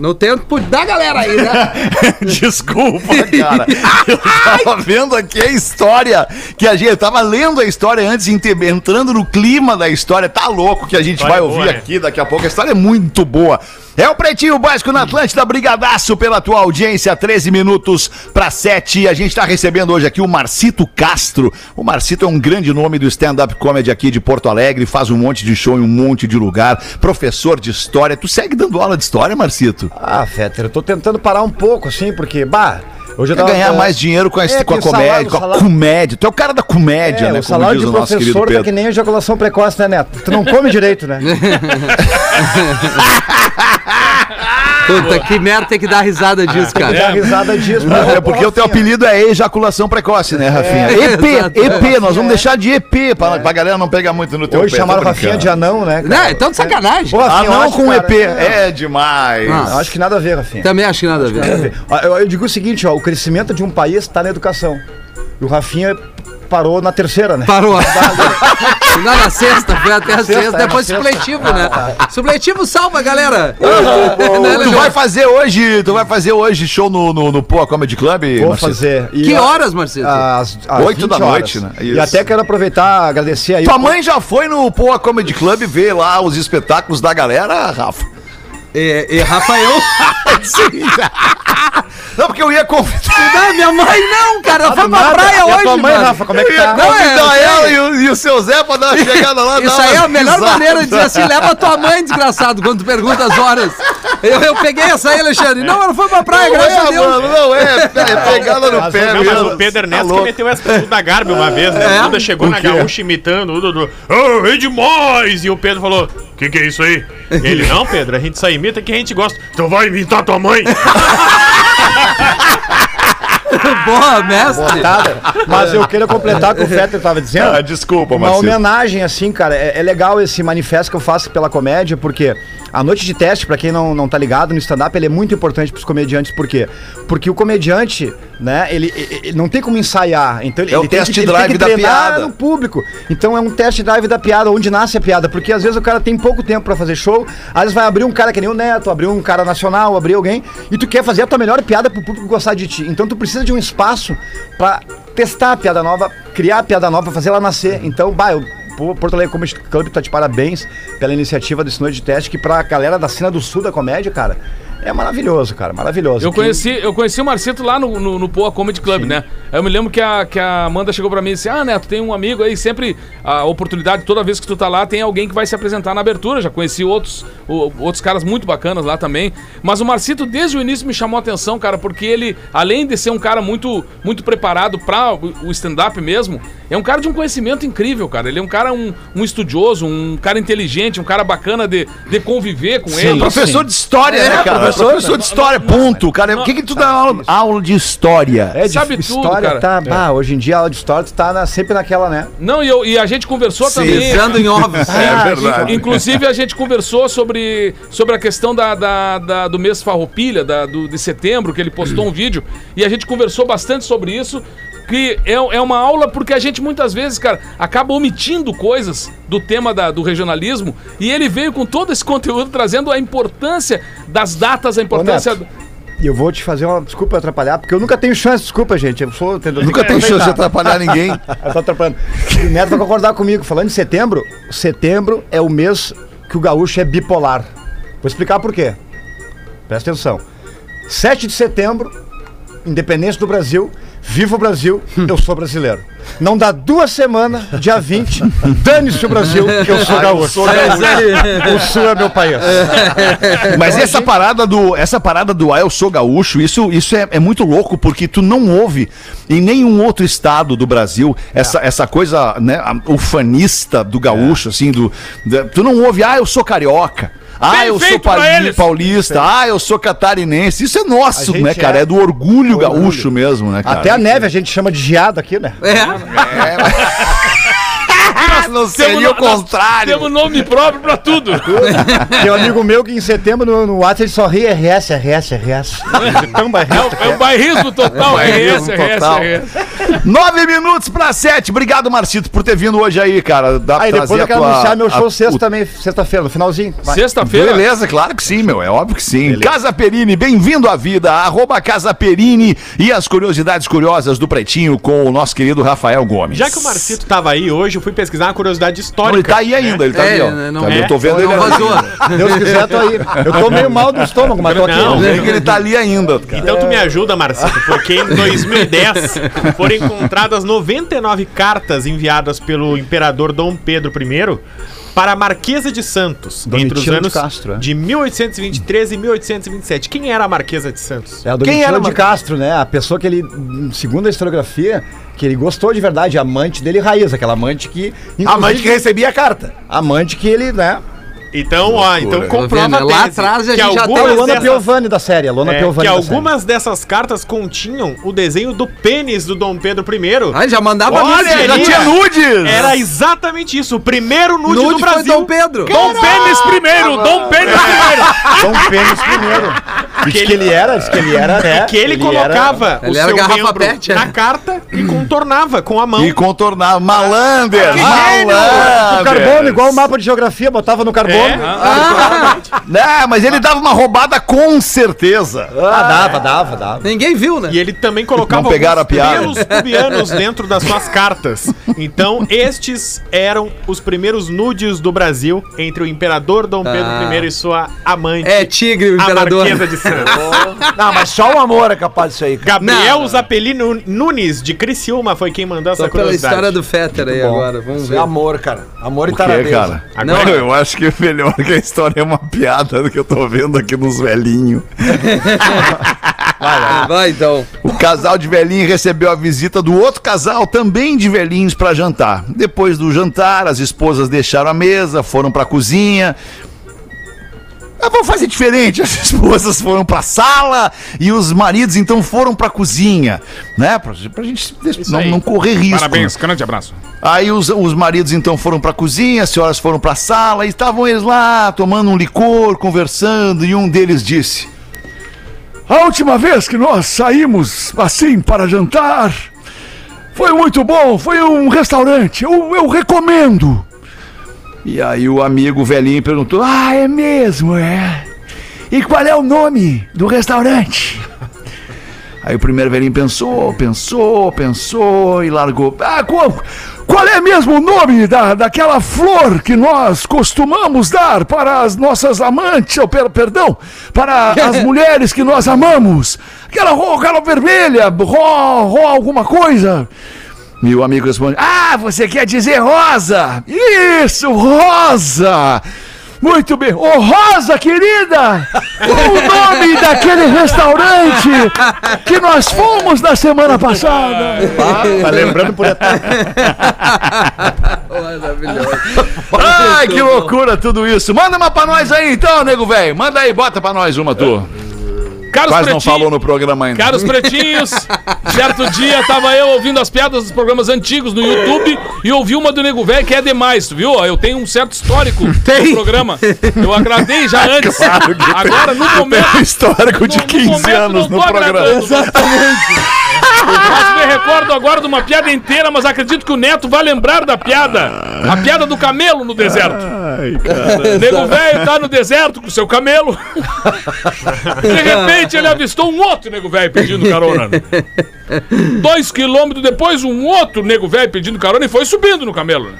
C: No tempo da galera aí, né?
B: Desculpa, cara. Eu tava vendo aqui a história que a gente eu tava lendo a história antes, inte- entrando no clima da história. Tá louco que a gente
G: História
B: vai
G: boa,
B: ouvir
G: né?
B: aqui daqui a pouco. A história é muito boa. É o Pretinho Básico na Atlântida. Brigadaço pela tua audiência. 13 minutos pra 7. A gente tá recebendo hoje aqui o Marcito Castro. O Marcito é um grande nome do stand-up comedy aqui de Porto Alegre. Faz um monte de show em um monte de lugar. Professor de história. Tu segue dando aula de história, Marcito?
F: Ah, Fetter, eu tô tentando parar um pouco, assim, porque, bah, hoje eu
B: Quer
F: tava...
B: ganhar mais dinheiro com a,
F: É,
B: com a
F: que o salário-
B: comédia,
F: o
B: com a
F: salário-
B: comédia. Tu é o cara da comédia,
F: É,
B: né?
F: o salário de professor tá que nem ejaculação precoce, né, Neto? Tu não come direito, né?
C: Puta, que merda tem que dar risada disso,
F: Dá
C: cara.
F: risada disso. né?
B: Ah, É porque o
F: Assim,
B: teu apelido é ejaculação precoce, né, Rafinha?
F: É,
B: EP,
C: exato.
B: EP, nós vamos deixar de EP pra, pra galera não pegar muito no teu
F: Hoje
B: pé,
F: chamaram
B: tô
F: Rafinha de
B: brincando.
F: anão, né?
C: Não, então de sacanagem.
F: Pô, Rafinha, eu
B: Anão
F: acho,
B: com
F: cara,
B: EP, é, demais.
C: Ah.
F: Eu acho que nada a ver, Rafinha.
C: Também acho que nada a ver.
F: Ó, Eu, eu digo o seguinte, ó, o crescimento de um país tá na educação. E o Rafinha parou na terceira, né?
C: Parou. Não, na sexta, foi até a sexta,
F: sexta,
C: depois
F: é, na
C: supletivo, né? Supletivo salva, galera. Né,
B: Tu
C: Alexandre?
B: vai fazer hoje, tu vai fazer hoje show no, no, no Poa Comedy Club,
F: Vou
B: Marcelo?
F: fazer. E
C: Que
F: a-
C: horas, Marcito?
F: Às, às
B: Oito da
F: 20 horas.
B: noite, né?
F: E
B: Isso.
F: até quero aproveitar, agradecer aí.
B: Tua
F: o-
B: mãe já foi no Poa Comedy Club ver lá os espetáculos da galera, Rafa?
C: E, e Rafael.
B: Sim. Não, porque eu ia convidar...
C: Não, minha mãe não, cara. Ela foi pra
F: nada.
C: praia
F: E a
C: hoje,
F: tua mãe,
C: mano.
F: Rafa, como é que tá?
C: Não, é,
B: Convidar
C: eu
B: ela e o, e o seu Zé pra dar uma chegada lá.
C: Isso
B: dar
C: aí é a
B: umas
C: melhor
B: risadas.
C: maneira de dizer assim: leva tua mãe, desgraçado, quando tu pergunta as horas. Eu, eu peguei essa aí, Alexandre. Não, ela foi pra praia,
B: Não
C: graças
B: é,
C: a Deus.
B: mano, não é. É pegada no
G: Mas,
B: pé
G: não, mas
B: mesmo.
G: o Pedro
B: Tá
G: Ernesto que
B: louco.
G: meteu essa do da Garbi uma vez, né?
C: É?
G: O Duda chegou
B: O
G: na
B: quê?
G: gaúcha imitando o Dudu. "Ah, É demais! E o Pedro falou, o que que é isso aí? E ele, não, Pedro, a gente só imita que a gente gosta. Então vai imitar tua mãe!
C: Boa, mestre.
F: Cara, Mas eu quero completar o que o Fetter estava dizendo.
B: Ah, desculpa,
F: Uma
B: Marcelo.
F: homenagem, assim, cara. É, é legal esse manifesto que eu faço pela comédia, porque a noite de teste, pra quem não, não tá ligado no stand-up, ele é muito importante pros comediantes. Por quê? Porque o comediante, né, ele, ele- ele não tem como ensaiar. Então ele,
B: É o
F: ele tem
B: test
F: que- ele
B: drive
F: tem que
B: da
F: treinar
B: piada.
F: no público. Então é um test drive da piada, onde nasce a piada. Porque às vezes o cara tem pouco tempo pra fazer show, às vezes vai abrir um cara que nem o Neto, abrir um cara nacional, abrir alguém, e tu quer fazer a tua melhor piada pro público gostar de ti. Então tu precisa de um espaço pra testar a piada nova, criar a piada nova, fazer ela nascer. Então, bah, eu. Pô, Porto Alegre Comedy Club tá de parabéns pela iniciativa desse Noite de Teste, que pra galera da cena do sul da comédia, cara, É maravilhoso, cara, maravilhoso.
D: Eu
F: Que-
D: conheci, eu conheci o Marcito lá no, no, no Poa Comedy Club, né? Aí eu me lembro que a, que a Amanda chegou pra mim e disse: Ah, Neto, tem um amigo aí, sempre a oportunidade, toda vez que tu tá lá, tem alguém que vai se apresentar na abertura. Já conheci outros, o- outros caras muito bacanas lá também. Mas o Marcito, desde o início, me chamou a atenção, cara, porque ele, além de ser um cara muito, muito preparado pra o o stand-up mesmo, é um cara de um conhecimento incrível, cara. Ele é um cara, um, um estudioso, um cara inteligente, um cara bacana de, de conviver com ele.
B: professor de história, né, cara? Professor, de história, ponto. Cara, o que que tu dá aula, aula de história?
F: É de
D: Sabe tudo,
F: história,
D: cara. É.
F: tá? Ah, hoje em dia a aula de história tu tá na- sempre naquela, né?
D: Não, e, eu- e a gente conversou também.
C: Pesando em ovos.
F: Ah,
B: verdade.
D: Inclusive, a gente conversou sobre, sobre a questão da, da- da- do mês Farroupilha, da- do, de setembro, que ele postou um vídeo, e a gente conversou bastante sobre isso, que é, é uma aula porque a gente muitas vezes, cara, acaba omitindo coisas do tema da- do regionalismo, e ele veio com todo esse conteúdo trazendo a importância das datas, a importância...
F: Neto. E eu vou te fazer uma desculpa atrapalhar, porque eu nunca tenho chance, desculpa, gente. Eu sou tendo
B: Nunca tem chance de atrapalhar ninguém.
F: Eu tô atrapalhando. O Neto vai concordar comigo. Falando em setembro, setembro é o mês que o gaúcho é bipolar. Vou explicar por quê. Presta atenção. 7 de setembro, independência do Brasil, viva o Brasil, eu sou brasileiro. Não dá duas semanas, dia 20, dane-se o Brasil, Ah, eu sou gaúcho. O sul é meu país. É, então
B: Mas essa parada do essa parada do ah, eu sou gaúcho, isso, isso é, é muito louco porque tu não ouve em nenhum outro estado do Brasil essa,
F: É.
B: essa coisa, né, a- ufanista do gaúcho assim, do, da- tu não ouve ah, eu sou carioca. Ah, eu sou
D: Perfeito pra
B: pauli-
D: eles.
B: paulista. Ah, eu sou catarinense. Isso é nosso,
F: A gente
B: né, cara? É,
F: é
B: do orgulho gaúcho mesmo, né, cara?
F: Até a neve a gente chama de geado aqui, né?
C: É.
B: não
D: Temos no- nós
B: contrário.
D: Temos um nome próprio pra tudo.
F: Tem um amigo meu que em setembro no, no WhatsApp ele só ri RS, RS, RS. Tão barrento.
D: É o bairrismo total, é esse,
B: bairrismo
D: é esse,
B: total.
D: é esse.
B: Nove minutos pra sete. Obrigado, Marcito, por ter vindo hoje aí, cara. Dá
F: Aí
B: pra
F: depois
B: trazer
F: eu quero
B: a tua-
F: anunciar meu
B: a-
F: show
B: o
F: sexta também, sexta-feira, no finalzinho. Vai.
D: Sexta-feira,
B: Beleza, claro que sim, meu. É óbvio que sim. Casa Perini, bem-vindo à vida. Arroba Casa Perini e as curiosidades curiosas do Pretinho com o nosso querido Rafael Gomes.
G: Já que o Marcito tava aí hoje, eu fui pesquisar uma curiosidade
B: Não,
G: histórica.
B: ele tá aí ainda, ele tá
C: É,
B: aí, ó.
C: né, não
B: Tá ali,
G: é.
B: Eu tô vendo ele
C: Não
B: ali.
C: vazou.
F: Deus quiser, tô aí. Eu tô meio mal do estômago, mas tô aqui.
G: Não.
B: Vê que ele tá ali ainda. cara.
G: Então tu
F: É.
G: me ajuda, Marcito, porque em 2010 foram encontradas 99 cartas enviadas pelo imperador Dom Pedro I para a Marquesa de Santos, entre
F: Domitila
G: os
F: de
G: anos de,
F: Castro, é.
G: 1823 e 1827. Quem era a Marquesa de Santos?
F: É, a Quem era de Castro, né? A pessoa que ele, segundo a historiografia, que ele gostou de verdade, a amante dele raiz, aquela amante que.
B: Amante que recebia a carta.
F: Amante que ele, né?
G: Então, ó, então
C: vendo? né?
G: comprova a
C: Lá
G: tese
C: atrás a gente
G: que
C: já
F: É a
G: algumas
C: Todas
F: Luana
G: dessas-
F: Piovani da série, a Luana
G: é,
F: Piovani.
G: que
F: da série.
G: algumas dessas cartas continham o desenho do pênis do Dom Pedro I.
C: Ai, já mandava
B: Olha,
C: mensagem.
B: já tinha nudes.
G: Era exatamente isso, o primeiro nude,
C: Nude
G: do
C: foi
G: Brasil.
C: Dom Pedro.
D: Dom Pênis primeiro, Dom Pênis primeiro.
F: São pênis primeiro. E diz que ele era, diz que ele era, Ah, né?
G: E que ele, colocava
C: É, Ele era garrafa pet, é.
G: na carta e contornava com a mão.
B: E contornar. Malander.
F: gênio!
E: Ah,
B: Malander.
F: O carbono, igual o mapa de geografia, botava no
G: É.
F: carbono.
G: Ah.
B: Não, É, mas ele dava uma roubada com certeza.
F: Ah, dava, dava, dava.
C: Ninguém viu, né?
G: E ele também colocava
B: Não pegaram a
G: alguns
B: piada.
G: pelos cubianos dentro das suas cartas. Então, estes eram os primeiros nudes do Brasil entre o imperador Dom Pedro I e sua amante,
C: Tá. É tigre o
G: a
C: imperador.
G: Marquesa de Santos.
E: Não, mas só o amor é capaz disso aí, cara.
G: Gabriel
C: Não.
G: Zapelino Nunes, de Criciúma, foi quem mandou essa
C: Só pela
G: curiosidade.
C: história do Fetter aí agora. Vamos
E: Isso é
C: ver.
E: amor, cara. Amor e
B: O que,
E: taradeza.
B: cara?
C: Agora-
B: Não, eu acho que é melhor que a história é uma piada do que eu tô vendo aqui nos velhinhos.
C: Vai então.
B: O casal de velhinhos recebeu a visita do outro casal, também de velhinhos, pra jantar. Depois do jantar, as esposas deixaram a mesa, foram pra cozinha. Ah, vamos fazer diferente. As esposas foram pra sala e os maridos então foram pra cozinha, né? Pra, pra gente não, não correr risco. né?
D: Parabéns, grande abraço.
B: Aí os, os maridos então foram pra cozinha, as senhoras foram pra sala e estavam eles lá tomando um licor, conversando, e um deles disse: A última vez que nós saímos assim para jantar foi muito bom, foi um restaurante, eu, eu recomendo. E aí o amigo velhinho perguntou: Ah, é mesmo, é? E qual é o nome do restaurante? Aí o primeiro velhinho pensou, pensou, pensou e largou. Ah, qual, qual é mesmo o nome da, daquela flor que nós costumamos dar para as nossas amantes, ou per- perdão, para as mulheres que nós amamos? Aquela, ro- aquela vermelha, ro, ro alguma coisa. E o amigo responde: Ah, você quer dizer rosa? Isso, rosa! Muito bem. Ô, Rosa, querida! O nome daquele restaurante que nós fomos na semana passada.
F: tá lembrando por
B: Ai, que loucura tudo isso. Manda uma pra nós aí então, nego velho. Manda aí, bota pra nós uma, tu.
D: Caros
B: Quase não
D: pretinhos,
B: falou no programa ainda.
D: caros pretinhos, certo dia tava eu ouvindo as piadas dos programas antigos no YouTube e ouvi uma do Nego Velho que é demais, tu viu? Eu tenho um certo histórico do programa. Eu agradei já antes. Agora, no momento,
B: Histórico de
D: No- no
B: 15
D: momento
B: anos
D: não
B: no
D: tô
B: programa.
D: agradando. Mas me recordo agora de uma piada inteira, mas acredito que o Neto vai lembrar da piada. A piada do camelo no deserto. Nego velho tá no deserto com seu camelo. De repente ele avistou um outro nego velho pedindo carona. Dois quilômetros depois, um outro nego velho pedindo carona e foi subindo no camelo.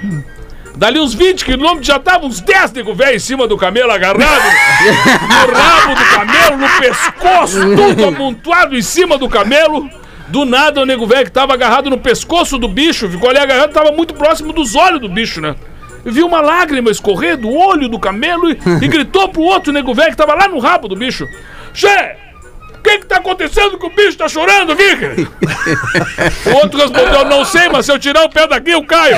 D: Dali uns 20 quilômetros já tava uns 10 nego velho em cima do camelo agarrado no rabo do camelo, no pescoço, tudo amontoado em cima do camelo. Do nada, o nego velho que tava agarrado no pescoço do bicho, ficou ali agarrado, tava muito próximo dos olhos do bicho, né? Viu uma lágrima escorrer do olho do camelo e, e gritou pro outro nego velho que tava lá no rabo do bicho: Che! O que que tá acontecendo que o bicho tá chorando, Vicky? o outro respondeu: Não sei, mas se eu tirar o pé daqui, eu caio.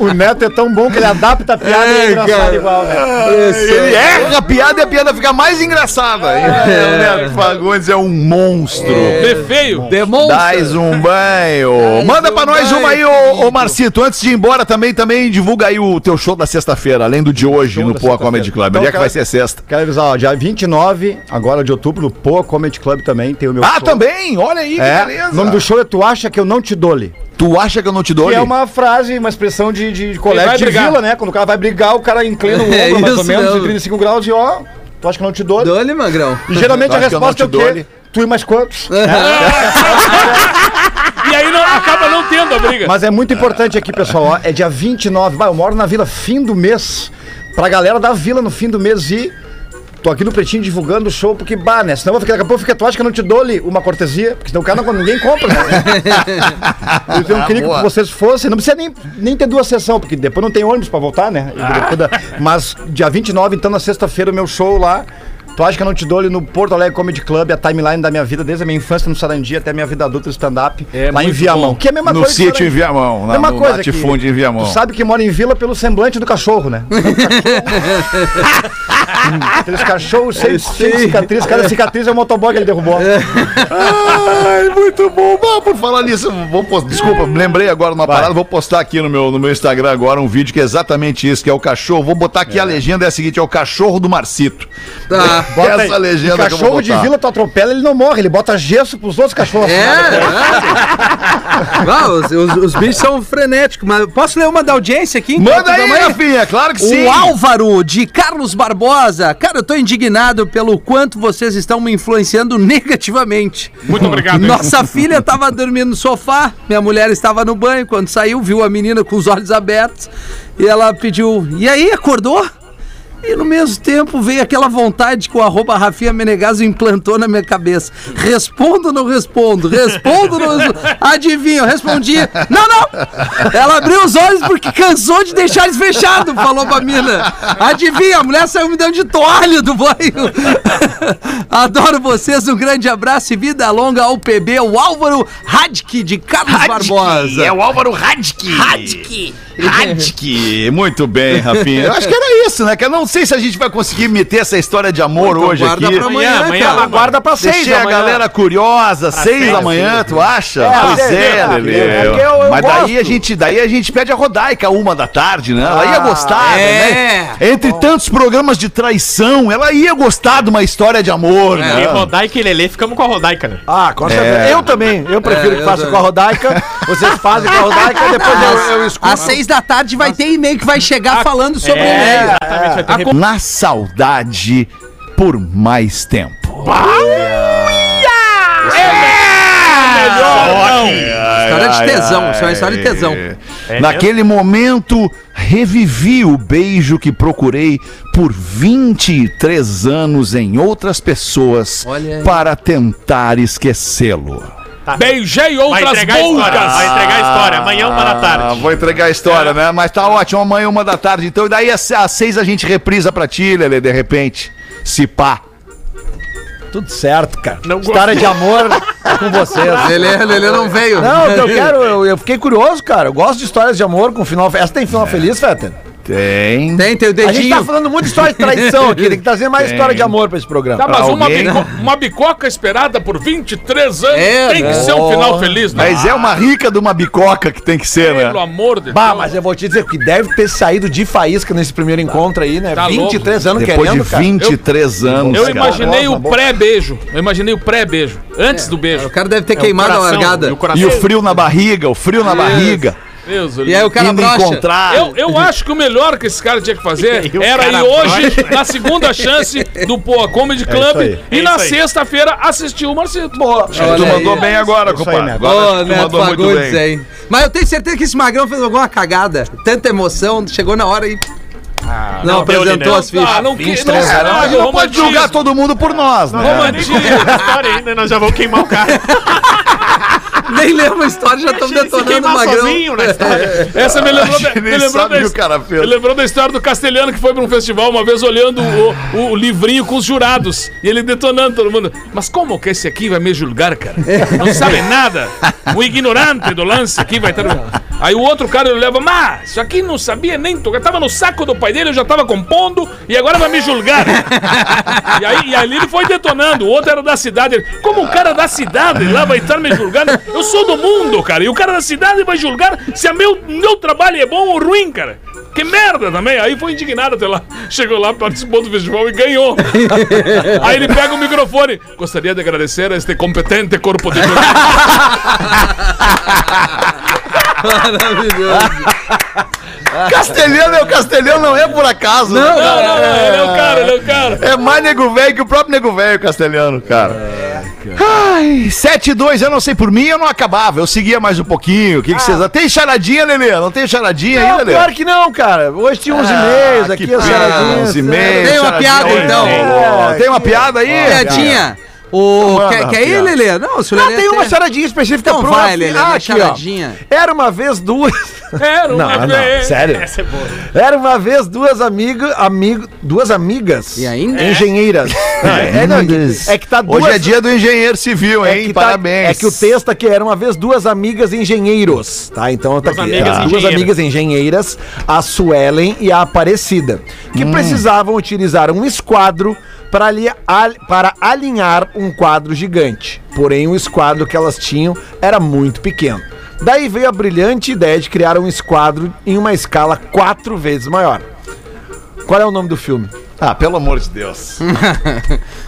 F: O Neto é tão bom que ele adapta a piada e é engraçado igual, né?
B: Ele
F: é?
B: erra a piada e a piada fica mais engraçada. É, o Neto Fagundes é um monstro.
F: É.
D: De feio.
C: Demonstra.
B: Dás um banho. Manda pra nós uma aí, ô, ô Marcito. Antes de ir embora, também, também divulga aí o teu show da sexta-feira, além do de hoje no Poa
F: da sexta-feira.
B: Comedy Club.
F: Então,
B: Onde é que
F: cara-
B: vai ser sexta?
F: Quero avisar, ó, dia 29, agora de outubro, no Poa Comedy Club também tem o meu
B: Ah,
F: show.
B: também? Olha aí, que
F: É, o nome do show é Tu Acha Que Eu Não Te Dole.
B: Tu acha que eu não te dou?
F: Que é
B: Lê?
F: uma frase, uma expressão de, de
D: vai
F: colégio de
D: brigar.
F: vila, né? Quando o cara vai brigar, o cara inclina o ombro
C: É
F: mais
C: isso
F: ou menos,
C: mesmo.
F: de 35 graus e ó, Tu Acha Que Eu Não Te Dole.
C: Dole, magrão.
F: E geralmente
B: Tu
F: a
B: acha que eu não
F: resposta é o
B: te dole?
F: quê? Tu e mais quantos?
D: E aí não, acaba não tendo a briga.
F: Mas é muito importante aqui, pessoal. ó, é dia 29. Vai, eu moro na vila fim do mês. Pra galera da vila no fim do mês e. Tô aqui no pretinho divulgando o show, porque bah, né? Senão eu vou ficar, daqui a pouco fica, tu acha que eu não te dou-lhe uma cortesia? Porque senão o cara não, ninguém compra, né? Então eu
D: Ah,
F: queria que vocês fossem. Não precisa nem, nem ter duas sessões, porque depois não tem ônibus pra voltar, né?
D: Ah.
F: E depois da- Mas dia 29, então na sexta-feira, o meu show lá. Tu acha que eu não te dou-lhe no Porto Alegre Comedy Club, a timeline da minha vida, desde a minha infância no Sarandi até a minha vida adulta stand-up,
D: É
F: lá em
D: muito
F: Viamão.
D: bom.
F: Que é a mesma
B: no
F: coisa. que
B: sítio em
F: Sarandi.
B: Viamão, na,
F: Mesma
B: no
F: coisa
B: latifúndio
F: que-
B: em Viamão.
F: Tu sabe que mora em vila pelo semblante do cachorro, né?
E: um
F: Aqueles cachorros sem, sem cicatriz, cada cicatriz é um motoboy que ele derrubou.
B: É. Ai, muito bom. Bom, por falar nisso, vou postar, desculpa, lembrei agora uma parada, vou postar aqui no meu, no meu Instagram agora um vídeo que é exatamente isso, que é o cachorro. Vou botar aqui a legenda, é a seguinte, é o cachorro do Marcito.
C: Tá.
F: Bota
B: Essa
F: aí.
B: legenda
E: Um
F: O
B: que eu vou
F: cachorro de
B: botar.
F: vila tu atropela, ele não morre, ele bota gesso pros outros cachorros.
C: É, é. Vá, os, os- os bichos são frenéticos, mas posso ler uma da audiência aqui?
B: Manda aí,
C: Tamanho?
B: Rafinha, claro que sim.
C: O Álvaro de Carlos Barbosa. Cara, eu tô indignado pelo quanto vocês estão me influenciando negativamente.
D: Muito obrigado. hein?
C: Nossa filha estava dormindo no sofá, minha mulher estava no banho. Quando saiu, viu a menina com os olhos abertos e ela pediu: E aí, acordou? E no mesmo tempo veio aquela vontade que o arroba Rafinha Menegaso implantou na minha cabeça. Respondo ou não respondo? Respondo ou não respondo? Adivinha, eu respondi. Não, não! Ela abriu os olhos porque cansou de deixar eles fechados, falou pra mina. Adivinha, a mulher saiu me dando de toalha do banho. Adoro vocês, um grande abraço e vida longa ao PB, o Álvaro Radke de Carlos Barbosa.
B: É o Álvaro Radke. Radke. Radke. Muito bem, Rafinha. Eu acho que era isso, né? Que eu não sei se a gente vai conseguir meter essa história de amor hoje
C: guarda
B: aqui.
C: pra amanhã,
D: amanhã,
C: cara.
D: amanhã.
F: Guarda pra seis
B: Deixei a
F: amanhã.
B: galera curiosa, seis da manhã, tu acha? pois é, Lele. Mas daí a, gente, daí a gente pede a rodaica uma da tarde, né? Ela ia gostar,
C: é.
B: né? Entre tantos programas de traição, ela ia gostar de uma história de amor,
G: E
B: né?
G: Rodaica e Lelê, ficamos com a Rodaica, né?
E: Ah, com certeza. Eu também. Eu prefiro
C: É,
E: que
C: eu
E: faça
C: também.
E: com a Rodaica. Vocês fazem com a Rodaica, depois eu, eu escuto.
C: Às seis seis da tarde vai ter e-mail que vai
B: Ah,
C: chegar falando sobre o
B: é.
C: e-mail.
G: É, Exatamente, vai ter
D: A com-
B: Na saudade por mais tempo. É!
C: História de tesão, isso é uma história de tesão.
B: Então, Naquele momento, revivi o beijo que procurei por 23 anos em outras pessoas
C: Olha aí.
B: para tentar esquecê-lo.
D: Beijei
G: Vai
D: outras
G: entregar a história, vai
D: bocas.
G: entregar a história. Amanhã, uma da
B: Ah,
G: tarde.
B: vou entregar a história, né? Mas tá ótimo, amanhã uma da tarde. Então, e daí às às seis a gente reprisa pra ti, Lelê, de repente. Se pá.
E: Tudo certo, cara.
G: Não
E: História de amor com vocês.
C: Lelê, Lelê não veio.
E: Não, eu quero, eu, eu fiquei curioso, cara. Eu gosto de histórias de amor com final. Essa tem
B: É.
E: final feliz, Fetter?
B: Tem.
C: Tem, tem o
E: A gente tá
C: dedinho.
E: falando muito de história de traição aqui. Tem que trazer mais história de amor pra esse
D: Tá,
E: programa.
D: mas uma,
B: Alguém-
D: bico- uma bicoca esperada por 23 anos
C: É,
D: tem
C: né?
D: que ser um final feliz, né?
B: Mas é uma rica de uma bicoca que tem que ser,
D: Pelo
B: né?
D: amor de
E: Bah, mas eu vou te dizer que deve ter saído de faísca nesse primeiro encontro aí, né?
D: Tá
E: 23 anos
B: Depois
E: querendo,
B: de
E: cara.
B: 23 anos.
D: Eu
B: é cara.
D: imaginei o
E: Nossa,
D: pré-beijo. Eu imaginei o pré-beijo. Antes do beijo.
C: É, O cara deve ter
E: É,
C: queimado a largada.
G: E o coração.
B: E o frio na barriga, o frio na barriga.
D: Deus, do
C: E aí
D: céu.
C: o cara
B: Indo
C: brocha.
B: encontrar.
D: Eu, eu acho que o melhor que esse cara tinha que fazer
G: E o
D: era ir
G: cara
D: hoje na segunda chance do Poa Comedy Club
F: aí.
D: e
G: É
D: na
G: isso aí.
D: sexta-feira assistir o Marcito.
B: Boa. Acho que tu
C: Olha
B: mandou
C: aí.
B: bem agora,
F: Isso aí,
B: compadre.
F: Neto.
B: Agora acho
C: Ô,
B: que tu
C: Neto
B: mandou muito
C: Fagundes,
B: bem.
C: hein? Mas eu tenho certeza que esse magrão fez alguma cagada. Tanta emoção, chegou na hora e.
B: Ah,
C: não,
G: não deu,
C: apresentou
G: né?
C: as fichas.
D: Ah, não que-
B: 23 anos. A gente não pode
D: romantismo.
B: julgar todo mundo por nós, né?
D: Romantismo.
G: História ainda, nós já vamos queimar o cara.
C: Nem lembro a história, já estamos
E: Tá
G: Se
C: detonando o
G: queimar
C: magrão.
G: sozinho né? na história.
D: Essa me lembrou, da,
B: gente
D: me
B: nem
D: lembrou
B: sabe
D: da
B: o que
D: his-
B: o cara fez.
D: me lembrou da história do castelhano que foi pra um festival uma vez olhando o, o livrinho com os jurados e ele detonando todo mundo. Mas como que esse aqui vai me julgar, cara? Não sabe nada. O ignorante do lance aqui vai ter. Aí o outro cara ele leva, mas isso aqui não sabia nem tocar. Tava no saco do pai dele, eu já tava compondo e agora vai me julgar. E aí e ali ele foi detonando. O outro era da cidade. Ele, como o cara da cidade lá vai estar me julgando? Eu sou do mundo, cara. E o cara da cidade vai julgar se a meu, meu trabalho é bom ou ruim, cara. Que merda também. Aí foi indignado até lá. Chegou lá, participou do festival e ganhou. Aí ele pega o microfone. Gostaria de agradecer a este competente corpo de jurado.
C: Maravilhoso.
B: Castelhano é o castelhano, não é por acaso. né,
D: Não,
B: cara?
D: não, não. Ele é o cara, ele é o cara.
B: É mais nego velho que o próprio nego velho castelhano, cara. Ai, 7 e 2, eu não sei por mim, eu não acabava. Eu seguia mais um pouquinho. O que, que vocês. Tem charadinha, Lelê? Não tem charadinha
E: Ah. Não,
B: ainda, Lelê? Ah,
E: claro que não, cara. Hoje tinha uns e-mails aqui, é as charadinhas.
B: e meia,
C: Tem uma piada, então.
B: tem uma piada aí?
C: Piadinha. É, O.
B: Manda,
C: Quer, quer ir,
B: piada.
C: Lelê? Não, se o é.
E: Não,
C: Lelê
E: tem uma charadinha específica
C: Então vai,
E: Rafinha.
C: Lelê,
E: Ah,
C: minha
E: aqui, ó.
C: charadinha.
E: Era uma vez duas.
D: Era uma
E: Não, não,
D: vez.
E: sério.
G: Essa é boa.
E: Era uma vez duas amigas, amigo, duas amigas.
C: E ainda?
E: Engenheiras. É, não, é que- é que tá duas.
B: Ah, Hoje é dia do engenheiro civil,
E: é
B: hein?
E: que tá-
B: Parabéns.
E: é que o texto aqui era uma vez duas amigas engenheiros, tá? Então tá
G: Duas
E: aqui,
G: amigas
E: as duas
G: engenheiras.
E: amigas engenheiras, a Suelen e a Aparecida, que precisavam utilizar um esquadro para, ali, al- para alinhar um quadro gigante. Porém, o esquadro que elas tinham era muito pequeno. Daí veio a brilhante ideia de criar um esquadro em uma escala quatro vezes maior. Qual é o nome do filme?
B: Ah, pelo amor de Deus.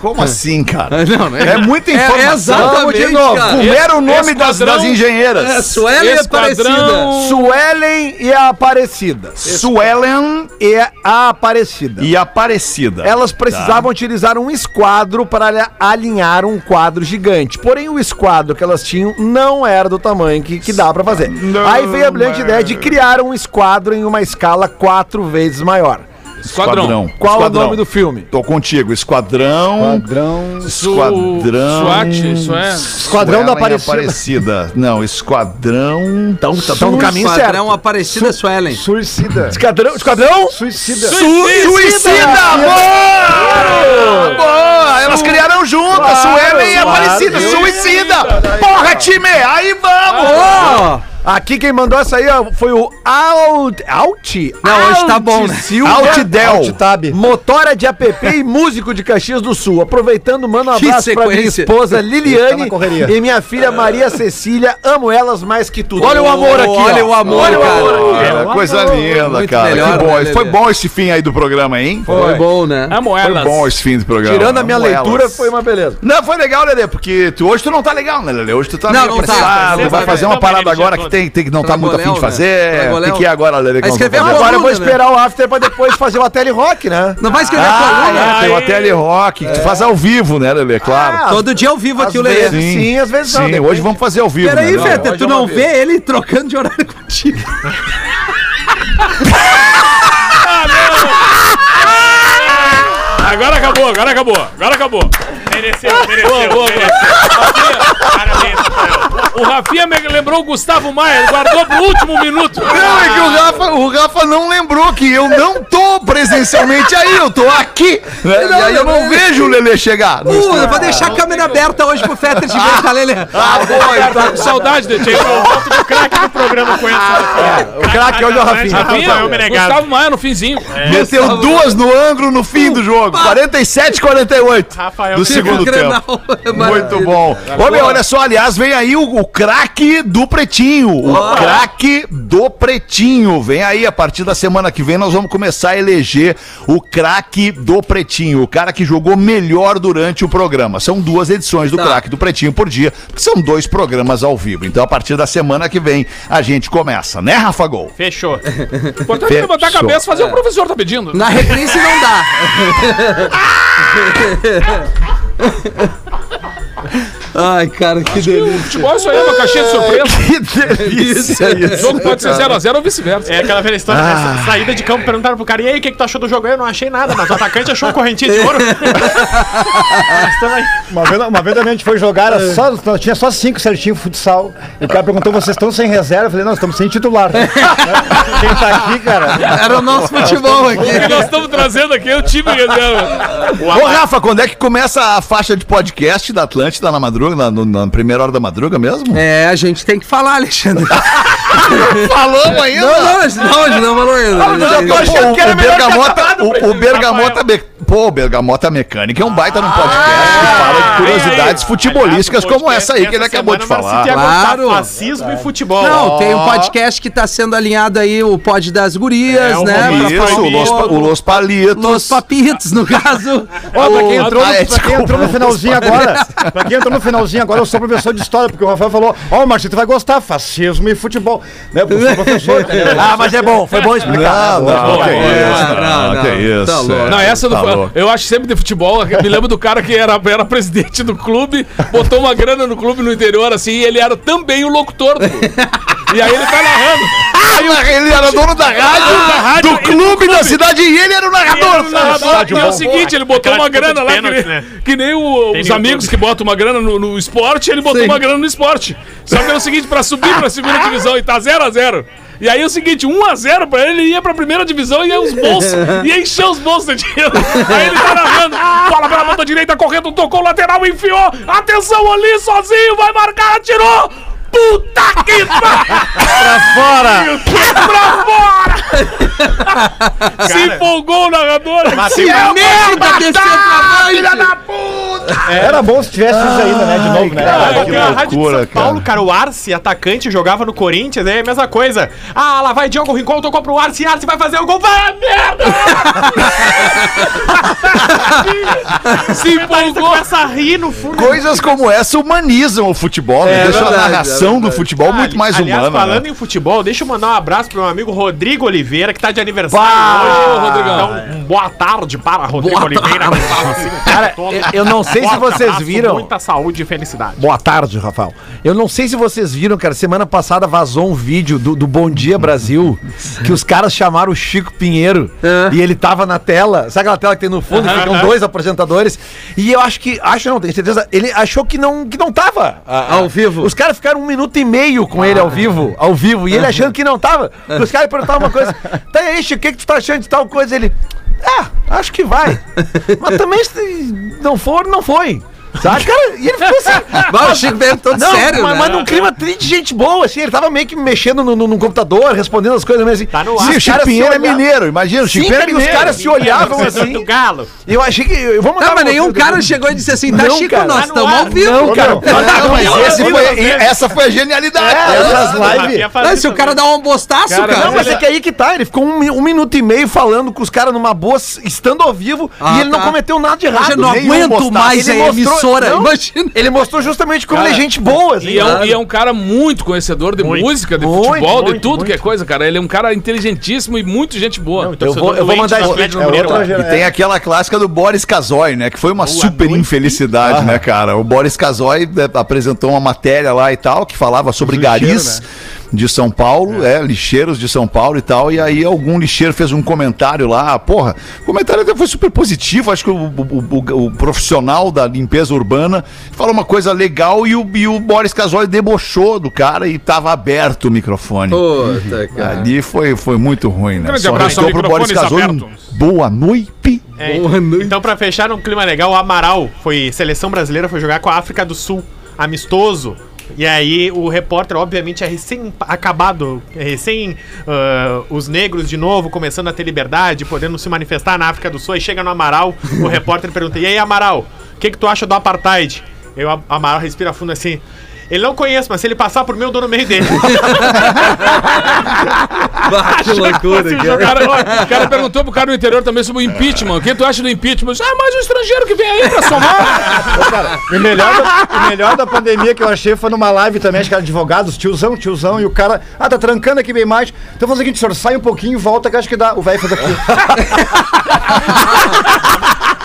B: Como assim, cara?
C: Não, não é.
B: É muita informação.
C: exatamente,
B: Vamos de novo.
C: cara. É,
B: Como era o nome das,
D: Esquadrão-
B: das
E: é
B: engenheiras?
C: Suelen
D: Esquadrão.
E: Suelen e a Aparecida.
B: Suelen
E: E a Aparecida.
B: e Aparecida.
E: Elas precisavam utilizar um esquadro para ali- alinhar um quadro gigante. Porém, o esquadro que elas tinham não era do tamanho que, que dá para fazer. Aí veio a brilhante ideia de criar um esquadro em uma escala quatro vezes maior.
D: Esquadrão.
E: Qual é
B: Esquadrão.
E: o nome do filme?
B: Tô contigo, Esquadrão.
F: Padrão.
D: Su-
B: Esquadrão.
D: SWAT, isso é.
E: Esquadrão da
B: Suelen
E: Aparecida.
B: Aparecida. Não, Esquadrão.
E: Então, tá tão
C: Um
E: no caminho
C: Esquadrão
E: certo.
C: Aparecida Suelen.
F: Suicida.
E: Esquadrão, esquadrão?
F: Suicida.
B: Suicida! Boa! Boa! Elas criaram juntas, Suelen e
E: é
B: Aparecida.
D: Claro.
B: Suicida! Porra, time! Aí vamos!
C: Ó!
E: Oh! Aqui quem mandou é essa aí ó, foi o Alt. Alt?
C: Não, hoje tá bom, né?
E: Silva.
B: Altdel.
E: Alttab. Motora de app e músico de Caxias do Sul. Aproveitando, manda um
C: Que
E: abraço pra minha
C: sequência.
E: esposa
F: Ele tá
E: Liliane
F: na correria.
E: e minha filha Maria Cecília. Amo elas mais que tudo. Ah. Olha o amor
C: Oh,
E: aqui.
C: Olha
E: ó.
C: o amor,
E: Olha o
C: cara.
B: Cara, coisa linda,
C: Muito
B: cara.
C: melhor,
B: que bom.
C: né,
B: Foi
C: Lelê?
B: bom esse fim aí do programa, hein? Foi,
C: Foi bom, né?
D: Amo elas.
B: bom esse fim do programa.
E: Tirando a minha
B: Amo
E: leitura,
B: elas.
E: foi uma beleza.
B: Não, foi legal, Lelê, porque tu, hoje tu não tá legal, né, Lelê? Hoje tu tá
C: Não,
B: meio
C: não tá.
B: apressado,
C: Você
B: vai
D: vai-
B: fazer uma
D: toma
B: parada
D: energia
B: agora que
D: toda.
B: tem, tem que não tá muito afim
C: Tragoléu,
B: de fazer.
C: né? Tragoléu.
B: Tem que ir agora, Lele.
C: Vai escrever
B: Gonzalez.
C: uma
E: Agora eu vou
C: coluna, né?
E: esperar o after pra depois fazer o Ateli Rock, né?
C: Não vai escrever
B: Ah,
C: coluna?
B: é, tem o Ateli Rock, que tu faz ao vivo, né, Lele? Claro.
C: Todo dia ao vivo
E: Às
C: aqui o
E: vezes
C: Lelê.
E: sim, às vezes não.
B: Sim,
E: depende.
B: hoje vamos fazer ao vivo.
C: Peraí,
B: né,
C: Feta,
E: hoje
C: tu
E: é
C: não
E: uma
C: vê ele trocando de horário contigo.
D: Agora acabou, agora acabou, agora acabou.
G: Mereceu, mereceu,
D: Boa,
G: né?
D: boa, boa.
G: Parabéns, Rafael.
D: O Rafinha me lembrou o Gustavo Maia, ele guardou pro último minuto.
B: Não, é que o Rafa, o Rafa não lembrou que eu não tô presencialmente aí, eu tô aqui. né?
C: Não,
B: e aí eu
C: não,
B: não
C: ele-
B: vejo o Lelê chegar.
C: Uh, eu vou deixar a câmera aberta hoje pro Feta de ver, tá, Lelê?
B: Ah, boa,
D: Tá com saudade de ti.
G: Eu volto do craque do programa com essa.
E: Ah, O craque hoje é o Rafinha.
D: Rafinha,
G: Rafael Menegado.
D: Gustavo Maia no finzinho.
B: É. Meteu duas no ângulo no fim do jogo. 47 48
G: Rafael
B: do
G: Menegado.
B: segundo
C: Grenal.
B: tempo. Muito bom. Ô, meu, olha só, aliás, vem aí o, o craque do Pretinho. O craque do Pretinho. Vem aí, a partir da semana que vem, nós vamos começar a eleger o craque do Pretinho. O cara que jogou melhor durante o programa. São duas edições do craque do Pretinho por dia, porque são dois programas ao vivo. Então, a partir da semana que vem, a gente começa, né, Rafa Gol?
G: Fechou.
D: O importante é levantar a
B: Fechou.
D: cabeça e fazer o professor tá pedindo.
C: Na reprise não dá. Ai, cara, que delícia.
D: Futebol é isso aí, uma caixinha de surpresa.
B: Que delícia
D: O jogo pode ser 0x0 ou vice-versa.
G: É aquela velha história, né? saída de campo, perguntaram pro cara, e aí, o que, que tu achou do jogo? Eu não achei nada, mas o atacante achou uma correntinha de ouro. Mas tamo aí.
F: Uma vez, uma vez a gente foi jogar,
E: É.
F: era só, nós tinha só cinco certinho futsal. E o cara perguntou: vocês estão sem reserva? Eu falei: não, estamos sem titular.
E: É,
F: Quem tá aqui, cara?
C: Era o nosso futebol
D: O que
C: aqui.
D: nós estamos trazendo aqui é o time reserva.
B: Ô, Rafa, quando é que começa a faixa de podcast da Atlântida na madruga, na, no- na primeira hora da madruga mesmo?
C: É, a gente tem que falar, Alexandre.
B: Falamos ainda?
C: Não, não, não, hoje não
B: Não, eu
C: falou
B: tô
C: ainda.
B: achando que era o Bergamota, o, o Bergamota, me- pô, o Bergamota Mecânica é um baita num podcast que fala de curiosidades futebolísticas como essa aí que ele acabou de falar.
C: Claro.
G: Claro. Fascismo e futebol.
C: Não, tem um podcast que tá sendo alinhado aí, o Pod das Gurias,
G: É, o
C: né?
G: Rominho.
C: pra
B: Isso,
C: falar
B: o
C: um
B: Los,
C: pouco.
B: o Los Palitos.
C: Los Papitos, no caso.
F: Ó, pra quem
D: Ô,
F: entrou,
B: ah,
F: no,
B: é,
F: pra quem
B: desculpa,
F: entrou no
B: não
F: finalzinho agora, pra quem entrou no finalzinho agora, eu sou professor de história, porque o Rafael falou: ó, o Marcinho, tu vai gostar, fascismo e futebol. Né, eu sou professor, entendeu?
E: Ah, mas é bom, foi bom explicar.
B: Não, não, que isso,
C: não,
B: não,
C: não.
B: que isso.
C: Tá louco.
B: é,
D: Não, essa do,
B: tá louco.
D: eu acho sempre de futebol. eu Me lembro do cara que era, era presidente do clube, botou uma grana no clube no interior, assim, e ele era também o locutor. pô. E aí ele tá narrando.
B: Ah, ele era dono da rádio,
D: rádio
B: do clube da cidade e ele era o narrador.
D: O narrador é o seguinte, ele botou
G: um Aquela
D: uma
G: disputa
D: grana
G: de
D: lá, que,
G: pênalti,
D: nem-
G: né?
D: que nem o-
G: Tem
D: os
G: no
D: amigos
G: YouTube.
D: que botam uma grana no, no esporte, ele botou
C: Sim.
D: uma grana no esporte. Só que era o seguinte, pra subir pra segunda divisão e tá 0 a 0 E aí é o seguinte, 1 a 0 pra ele, ele ia pra primeira divisão e ia os bolsos, ia encher os bolsos de dinheiro. Aí ele tá narrando, bola pela ponta direita, correndo, tocou, lateral, enfiou, atenção ali, sozinho, vai marcar, atirou! Puta que pariu!
E: Fora!
D: pra fora! Se empolgou o narrador!
C: Que merda desse centroavante!
F: Era bom se tivesse isso ainda, né? De novo, né?
G: Cara,
B: que
G: a é Rádio de São
B: loucura,
G: Paulo, cara, o Arce, atacante, jogava no Corinthians, né? É a mesma coisa. Ah, lá vai Diogo Rincon, tocou pro Arce, Arce vai fazer o gol, vai, merda!
D: Se empolgou!
G: Começa a rir no fundo.
E: é
B: Coisas como essa humanizam o futebol, né? deixa a
C: verdade,
B: narração do futebol muito mais
G: Aliás,
B: humana.
G: falando
B: né?
G: em futebol, deixa eu mandar um abraço pro meu amigo Rodrigo Oliveira, que tá de aniversário hoje. Rodrigão. Então, um boa tarde para Rodrigo Oliveira. que fala assim,
E: Cara,
G: todo.
E: eu- eu não sei se
G: Forte
E: vocês
G: abraço,
E: viram.
G: Muita saúde e felicidade.
E: Boa tarde, Rafael. Eu não sei se vocês viram, cara, semana passada vazou um vídeo do, do Bom Dia Brasil que os caras chamaram o Chico Pinheiro
C: É.
E: e ele tava na tela, sabe aquela tela que tem no fundo, ficam dois apresentadores, e eu acho que, acho não, tenho certeza, ele achou que não, que não tava. Ah,
C: Ao vivo.
E: Os caras ficaram um minuto e meio com ele ao vivo, ao vivo, e ele achando que não tava. Os caras perguntavam uma coisa, tá aí, Chico, o que, que tu tá achando de tal coisa? Ele, ah, acho que vai. Mas também se não for, não foi. Sabe, cara? E ele ficou assim.
C: Vai, o Chico veio todo
E: Não,
C: sério,
E: mas,
C: né?
E: mas num clima tri de gente boa, assim, ele tava meio que mexendo no, no, no computador, respondendo as coisas mesmo. Assim.
G: Tá no
E: E
G: ar.
E: os
B: Sim, o Chico
E: caras se
B: Pinheiro é
E: olhavam.
B: mineiro, imagina, o Chico
E: Sim,
B: Pinheiro é
E: cara, e os
B: mineiro.
E: caras se olhavam
G: Torcedor
E: assim.
G: do Galo.
E: Eu achei que. Eu vou mandar
C: Não, Tá, mas
E: uma
C: nenhum
E: foto
C: cara
E: do-
C: chegou e disse assim, tá
E: Não,
C: Chico,
E: cara.
C: nós
G: Tá no
C: estamos
G: ar.
C: ao vivo,
E: Não,
C: cara.
E: cara.
B: Não, mas
E: Eu
B: esse
E: vi
B: foi-
E: você.
B: essa foi a genialidade. né?
F: Essas
G: O
F: lives.
G: Rafinha faz
C: Não,
G: isso
C: se o cara
G: também.
C: dá um bostaço, cara.
E: Não, mas é que aí que tá. Ele ficou um, mi- um minuto e meio falando com os caras numa boa, s- estando ao vivo,
C: Ah,
E: e ele não
C: tá.
E: cometeu nada de
C: Hoje
E: errado.
C: eu não
E: nenhum
C: aguento
E: um bostaço.
C: mais
E: ele
C: a
E: mostrou,
C: vassoura, imagina.
E: Ele mostrou justamente como ele é gente boa, assim.
D: E é, um, e é um cara muito conhecedor de música, de
E: Muito,
D: futebol, de
E: muito,
D: tudo que é
E: muito.
D: coisa, cara. Ele é um cara inteligentíssimo e muito gente boa.
G: então
C: um-
E: Eu vou- eu vou mandar esse vídeo
F: É
E: Mineiro,
F: outra
B: E
F: geração.
B: tem aquela clássica do Boris Casoy, né? Que foi uma super infelicidade, né, cara? O Boris Casoy né, apresentou uma matéria lá e tal, que falava sobre garis de São Paulo, é. lixeiros de São Paulo e tal. E aí algum lixeiro fez um comentário lá, porra, o comentário até foi super positivo. Acho que o, o- o- o profissional da limpeza urbana falou uma coisa legal e o, e o Boris Casoy debochou do cara e tava aberto o microfone.
C: Puta, cara.
B: Ali foi, foi muito ruim, né?
D: Grande
B: Só
D: abraço,
B: restou pro Boris Casoy.
D: microfones
B: um Boa noite.
G: É,
C: Boa noite.
G: então, pra fechar um clima legal, o Amaral foi seleção brasileira, foi jogar com a África do Sul, amistoso. E aí o repórter, obviamente, é recém acabado, é recém ah, os negros de novo começando a ter liberdade, podendo se manifestar na África do Sul. Aí chega no Amaral, o repórter pergunta: E aí, Amaral, o que, que tu acha do apartheid? E o Amaral respira fundo assim. Ele não conhece, mas se ele passar por mim, eu dou no meio dele.
C: Bah, que loucura,
G: Vocês
C: cara.
G: jogaram lá.
D: O cara perguntou pro cara do interior também sobre o impeachment. O que tu acha do impeachment? Eu disse, Ah, mas o estrangeiro que vem aí pra somar.
F: O melhor, da, o melhor da pandemia que eu achei foi numa live também, acho que era advogados, tiozão, tiozão, e o cara, ah, tá trancando aqui bem mais. Então vamos o seguinte, senhor, sai um pouquinho, volta que acho que dá. O velho fez aqui.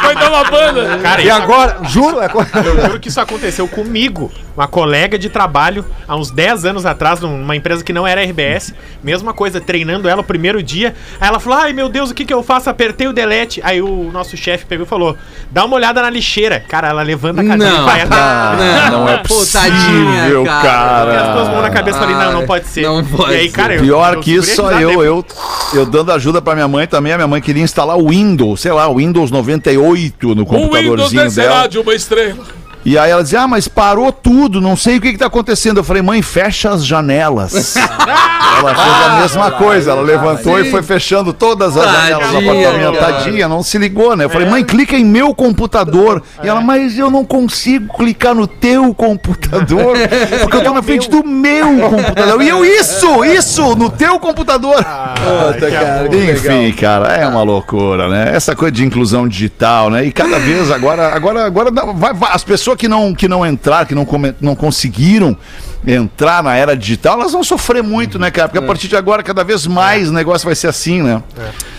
D: Foi dar uma banda.
G: Cara,
F: E
G: isso
F: agora, juro, é co-
G: Eu juro que isso aconteceu comigo, uma colega de trabalho, há uns 10 anos atrás, numa empresa que não era RBS. Mesma coisa, treinando ela o primeiro dia. Aí ela falou: Ai meu Deus, o que, que eu faço? Apertei o delete. Aí o nosso chefe pegou e falou: Dá uma olhada na lixeira. Cara, ela levanta a cadeira
C: Não,
G: e vai até.
B: não é
C: Pô,
B: possível, cara.
G: Coloquei as duas mãos na cabeça e falei: Não, não
C: Ai,
G: pode ser.
C: não pode
G: e aí,
C: ser.
G: cara,
B: Pior que isso,
G: segurei
B: só
G: aqui,
B: eu,
G: dá
B: eu, eu dando ajuda pra minha mãe também. A minha mãe queria instalar o Windows, sei lá, o Windows 98 no
D: O Windows
B: é computadorzinho
D: descerá
B: dela.
D: de uma estrela.
B: E aí ela dizia, ah, mas parou tudo, não sei o que que tá acontecendo. Eu falei, mãe, fecha as janelas. ela fez a mesma coisa, ela levantou e
C: Ah, sim.
B: foi fechando todas as janelas do
C: Tadinha,
B: apartamento.
C: cara. É.
B: Tadinha, não se ligou, né? Eu falei, mãe, clica em meu computador. E ela, mas eu não consigo clicar no teu computador, porque eu tô na frente do meu computador. E eu, isso, isso, no teu computador.
C: Puta, cara. que
B: Enfim, cara, é uma loucura, né? Essa coisa de inclusão digital, né? E cada vez agora, agora, agora dá- vai- vai- as pessoas que não que não entraram, que não, come- não conseguiram entrar na era digital, elas vão sofrer muito, né, cara? Porque a partir de agora cada vez mais o negócio vai ser assim, né?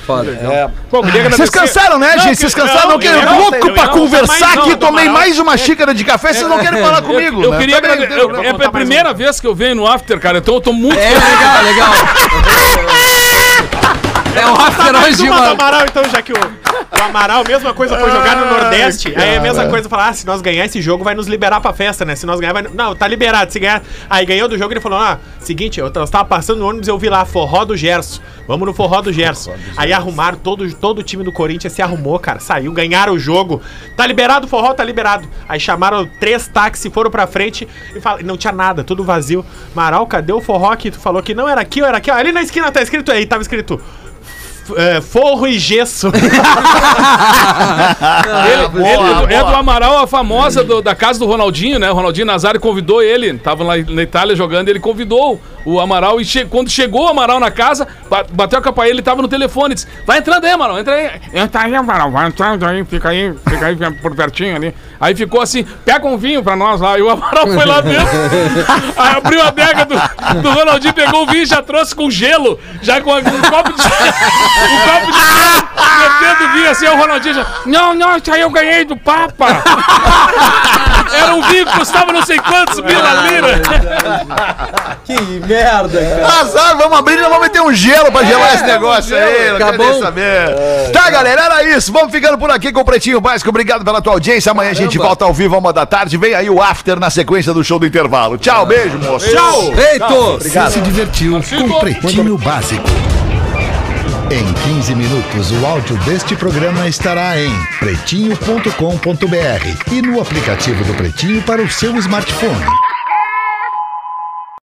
C: Foda.
D: Pô, queria
B: Vocês
D: agradecer-
B: cansaram, né, gente? Vocês cansaram, não querem
D: eu-
B: louco
D: eu-
B: pra
D: eu-
B: conversar
D: não,
B: aqui,
D: não,
B: tomei
D: não, É,
B: mais uma xícara de café, vocês não querem
F: Tá
B: falar comigo,
D: Eu
B: né?
D: queria
B: Também
D: agradecer.
B: entendo.
D: eu- É a primeira vez que eu venho no After, cara. Então eu tô muito.
C: É legal, legal. É
B: um
C: o after
G: mais
C: hoje,
G: uma do
C: mano.
G: Amaral, então, já que o, o Amaral, mesma coisa, foi jogar no Nordeste. Aí a mesma coisa, falar, ah, se nós ganhar esse jogo, vai nos liberar pra festa, né? Se nós ganhar, vai... Não, tá liberado, se ganhar... Aí ganhou do jogo, ele falou, ah, seguinte, eu t- eu tava passando no ônibus e eu vi lá, forró do Gerson. Vamos no forró do Gerson. Aí arrumaram, todo, todo o time do Corinthians se arrumou, cara, saiu, ganharam o jogo. Tá liberado o forró, tá liberado. Aí chamaram três táxis, foram pra frente e falaram, não tinha nada, tudo vazio. Amaral, cadê o forró que tu falou que não era aqui, ou era aqui? Ó, ali na esquina tá escrito, aí tava escrito... F- é, forro e gesso.
D: Ele- ele- é do Amaral, a famosa do- da casa do Ronaldinho, né? O Ronaldinho Nazário convidou ele. Tava lá na Itália jogando, ele convidou o Amaral. E che- quando chegou o Amaral na casa, ba- bateu a capa ele tava no telefone. Disse: Vai entrando aí, Amaral, entra aí. Entra aí, Amaral, vai entrando aí, fica aí, fica aí fica por pertinho ali. Aí ficou assim: pega um vinho pra nós lá. E o Amaral foi lá dentro, aí abriu a adega do, do Ronaldinho, pegou o vinho e já trouxe com gelo, já com a- com um copo de gelo. Um copo de gelo. Metendo vinho assim, o Ronaldinho já. Não, não, isso aí eu ganhei do Papa! Era um vinho que custava não sei quantos mil a lira!
C: Que merda, cara.
B: Azar, vamos abrir e nós vamos meter um gelo pra gelar esse negócio aí. Não quero
C: acabou.
B: nem saber. Tá, galera, era isso. Vamos ficando por aqui com o Pretinho Básico. Obrigado pela tua audiência. Amanhã a gente volta ao vivo, uma da tarde. Vem aí o after na sequência do show do intervalo. Tchau, beijo, moço. Tchau!
C: Feito!
A: Você se divertiu com Pretinho Básico. Em 15 minutos, o áudio deste programa estará em pretinho.com.br e no aplicativo do Pretinho para o seu smartphone.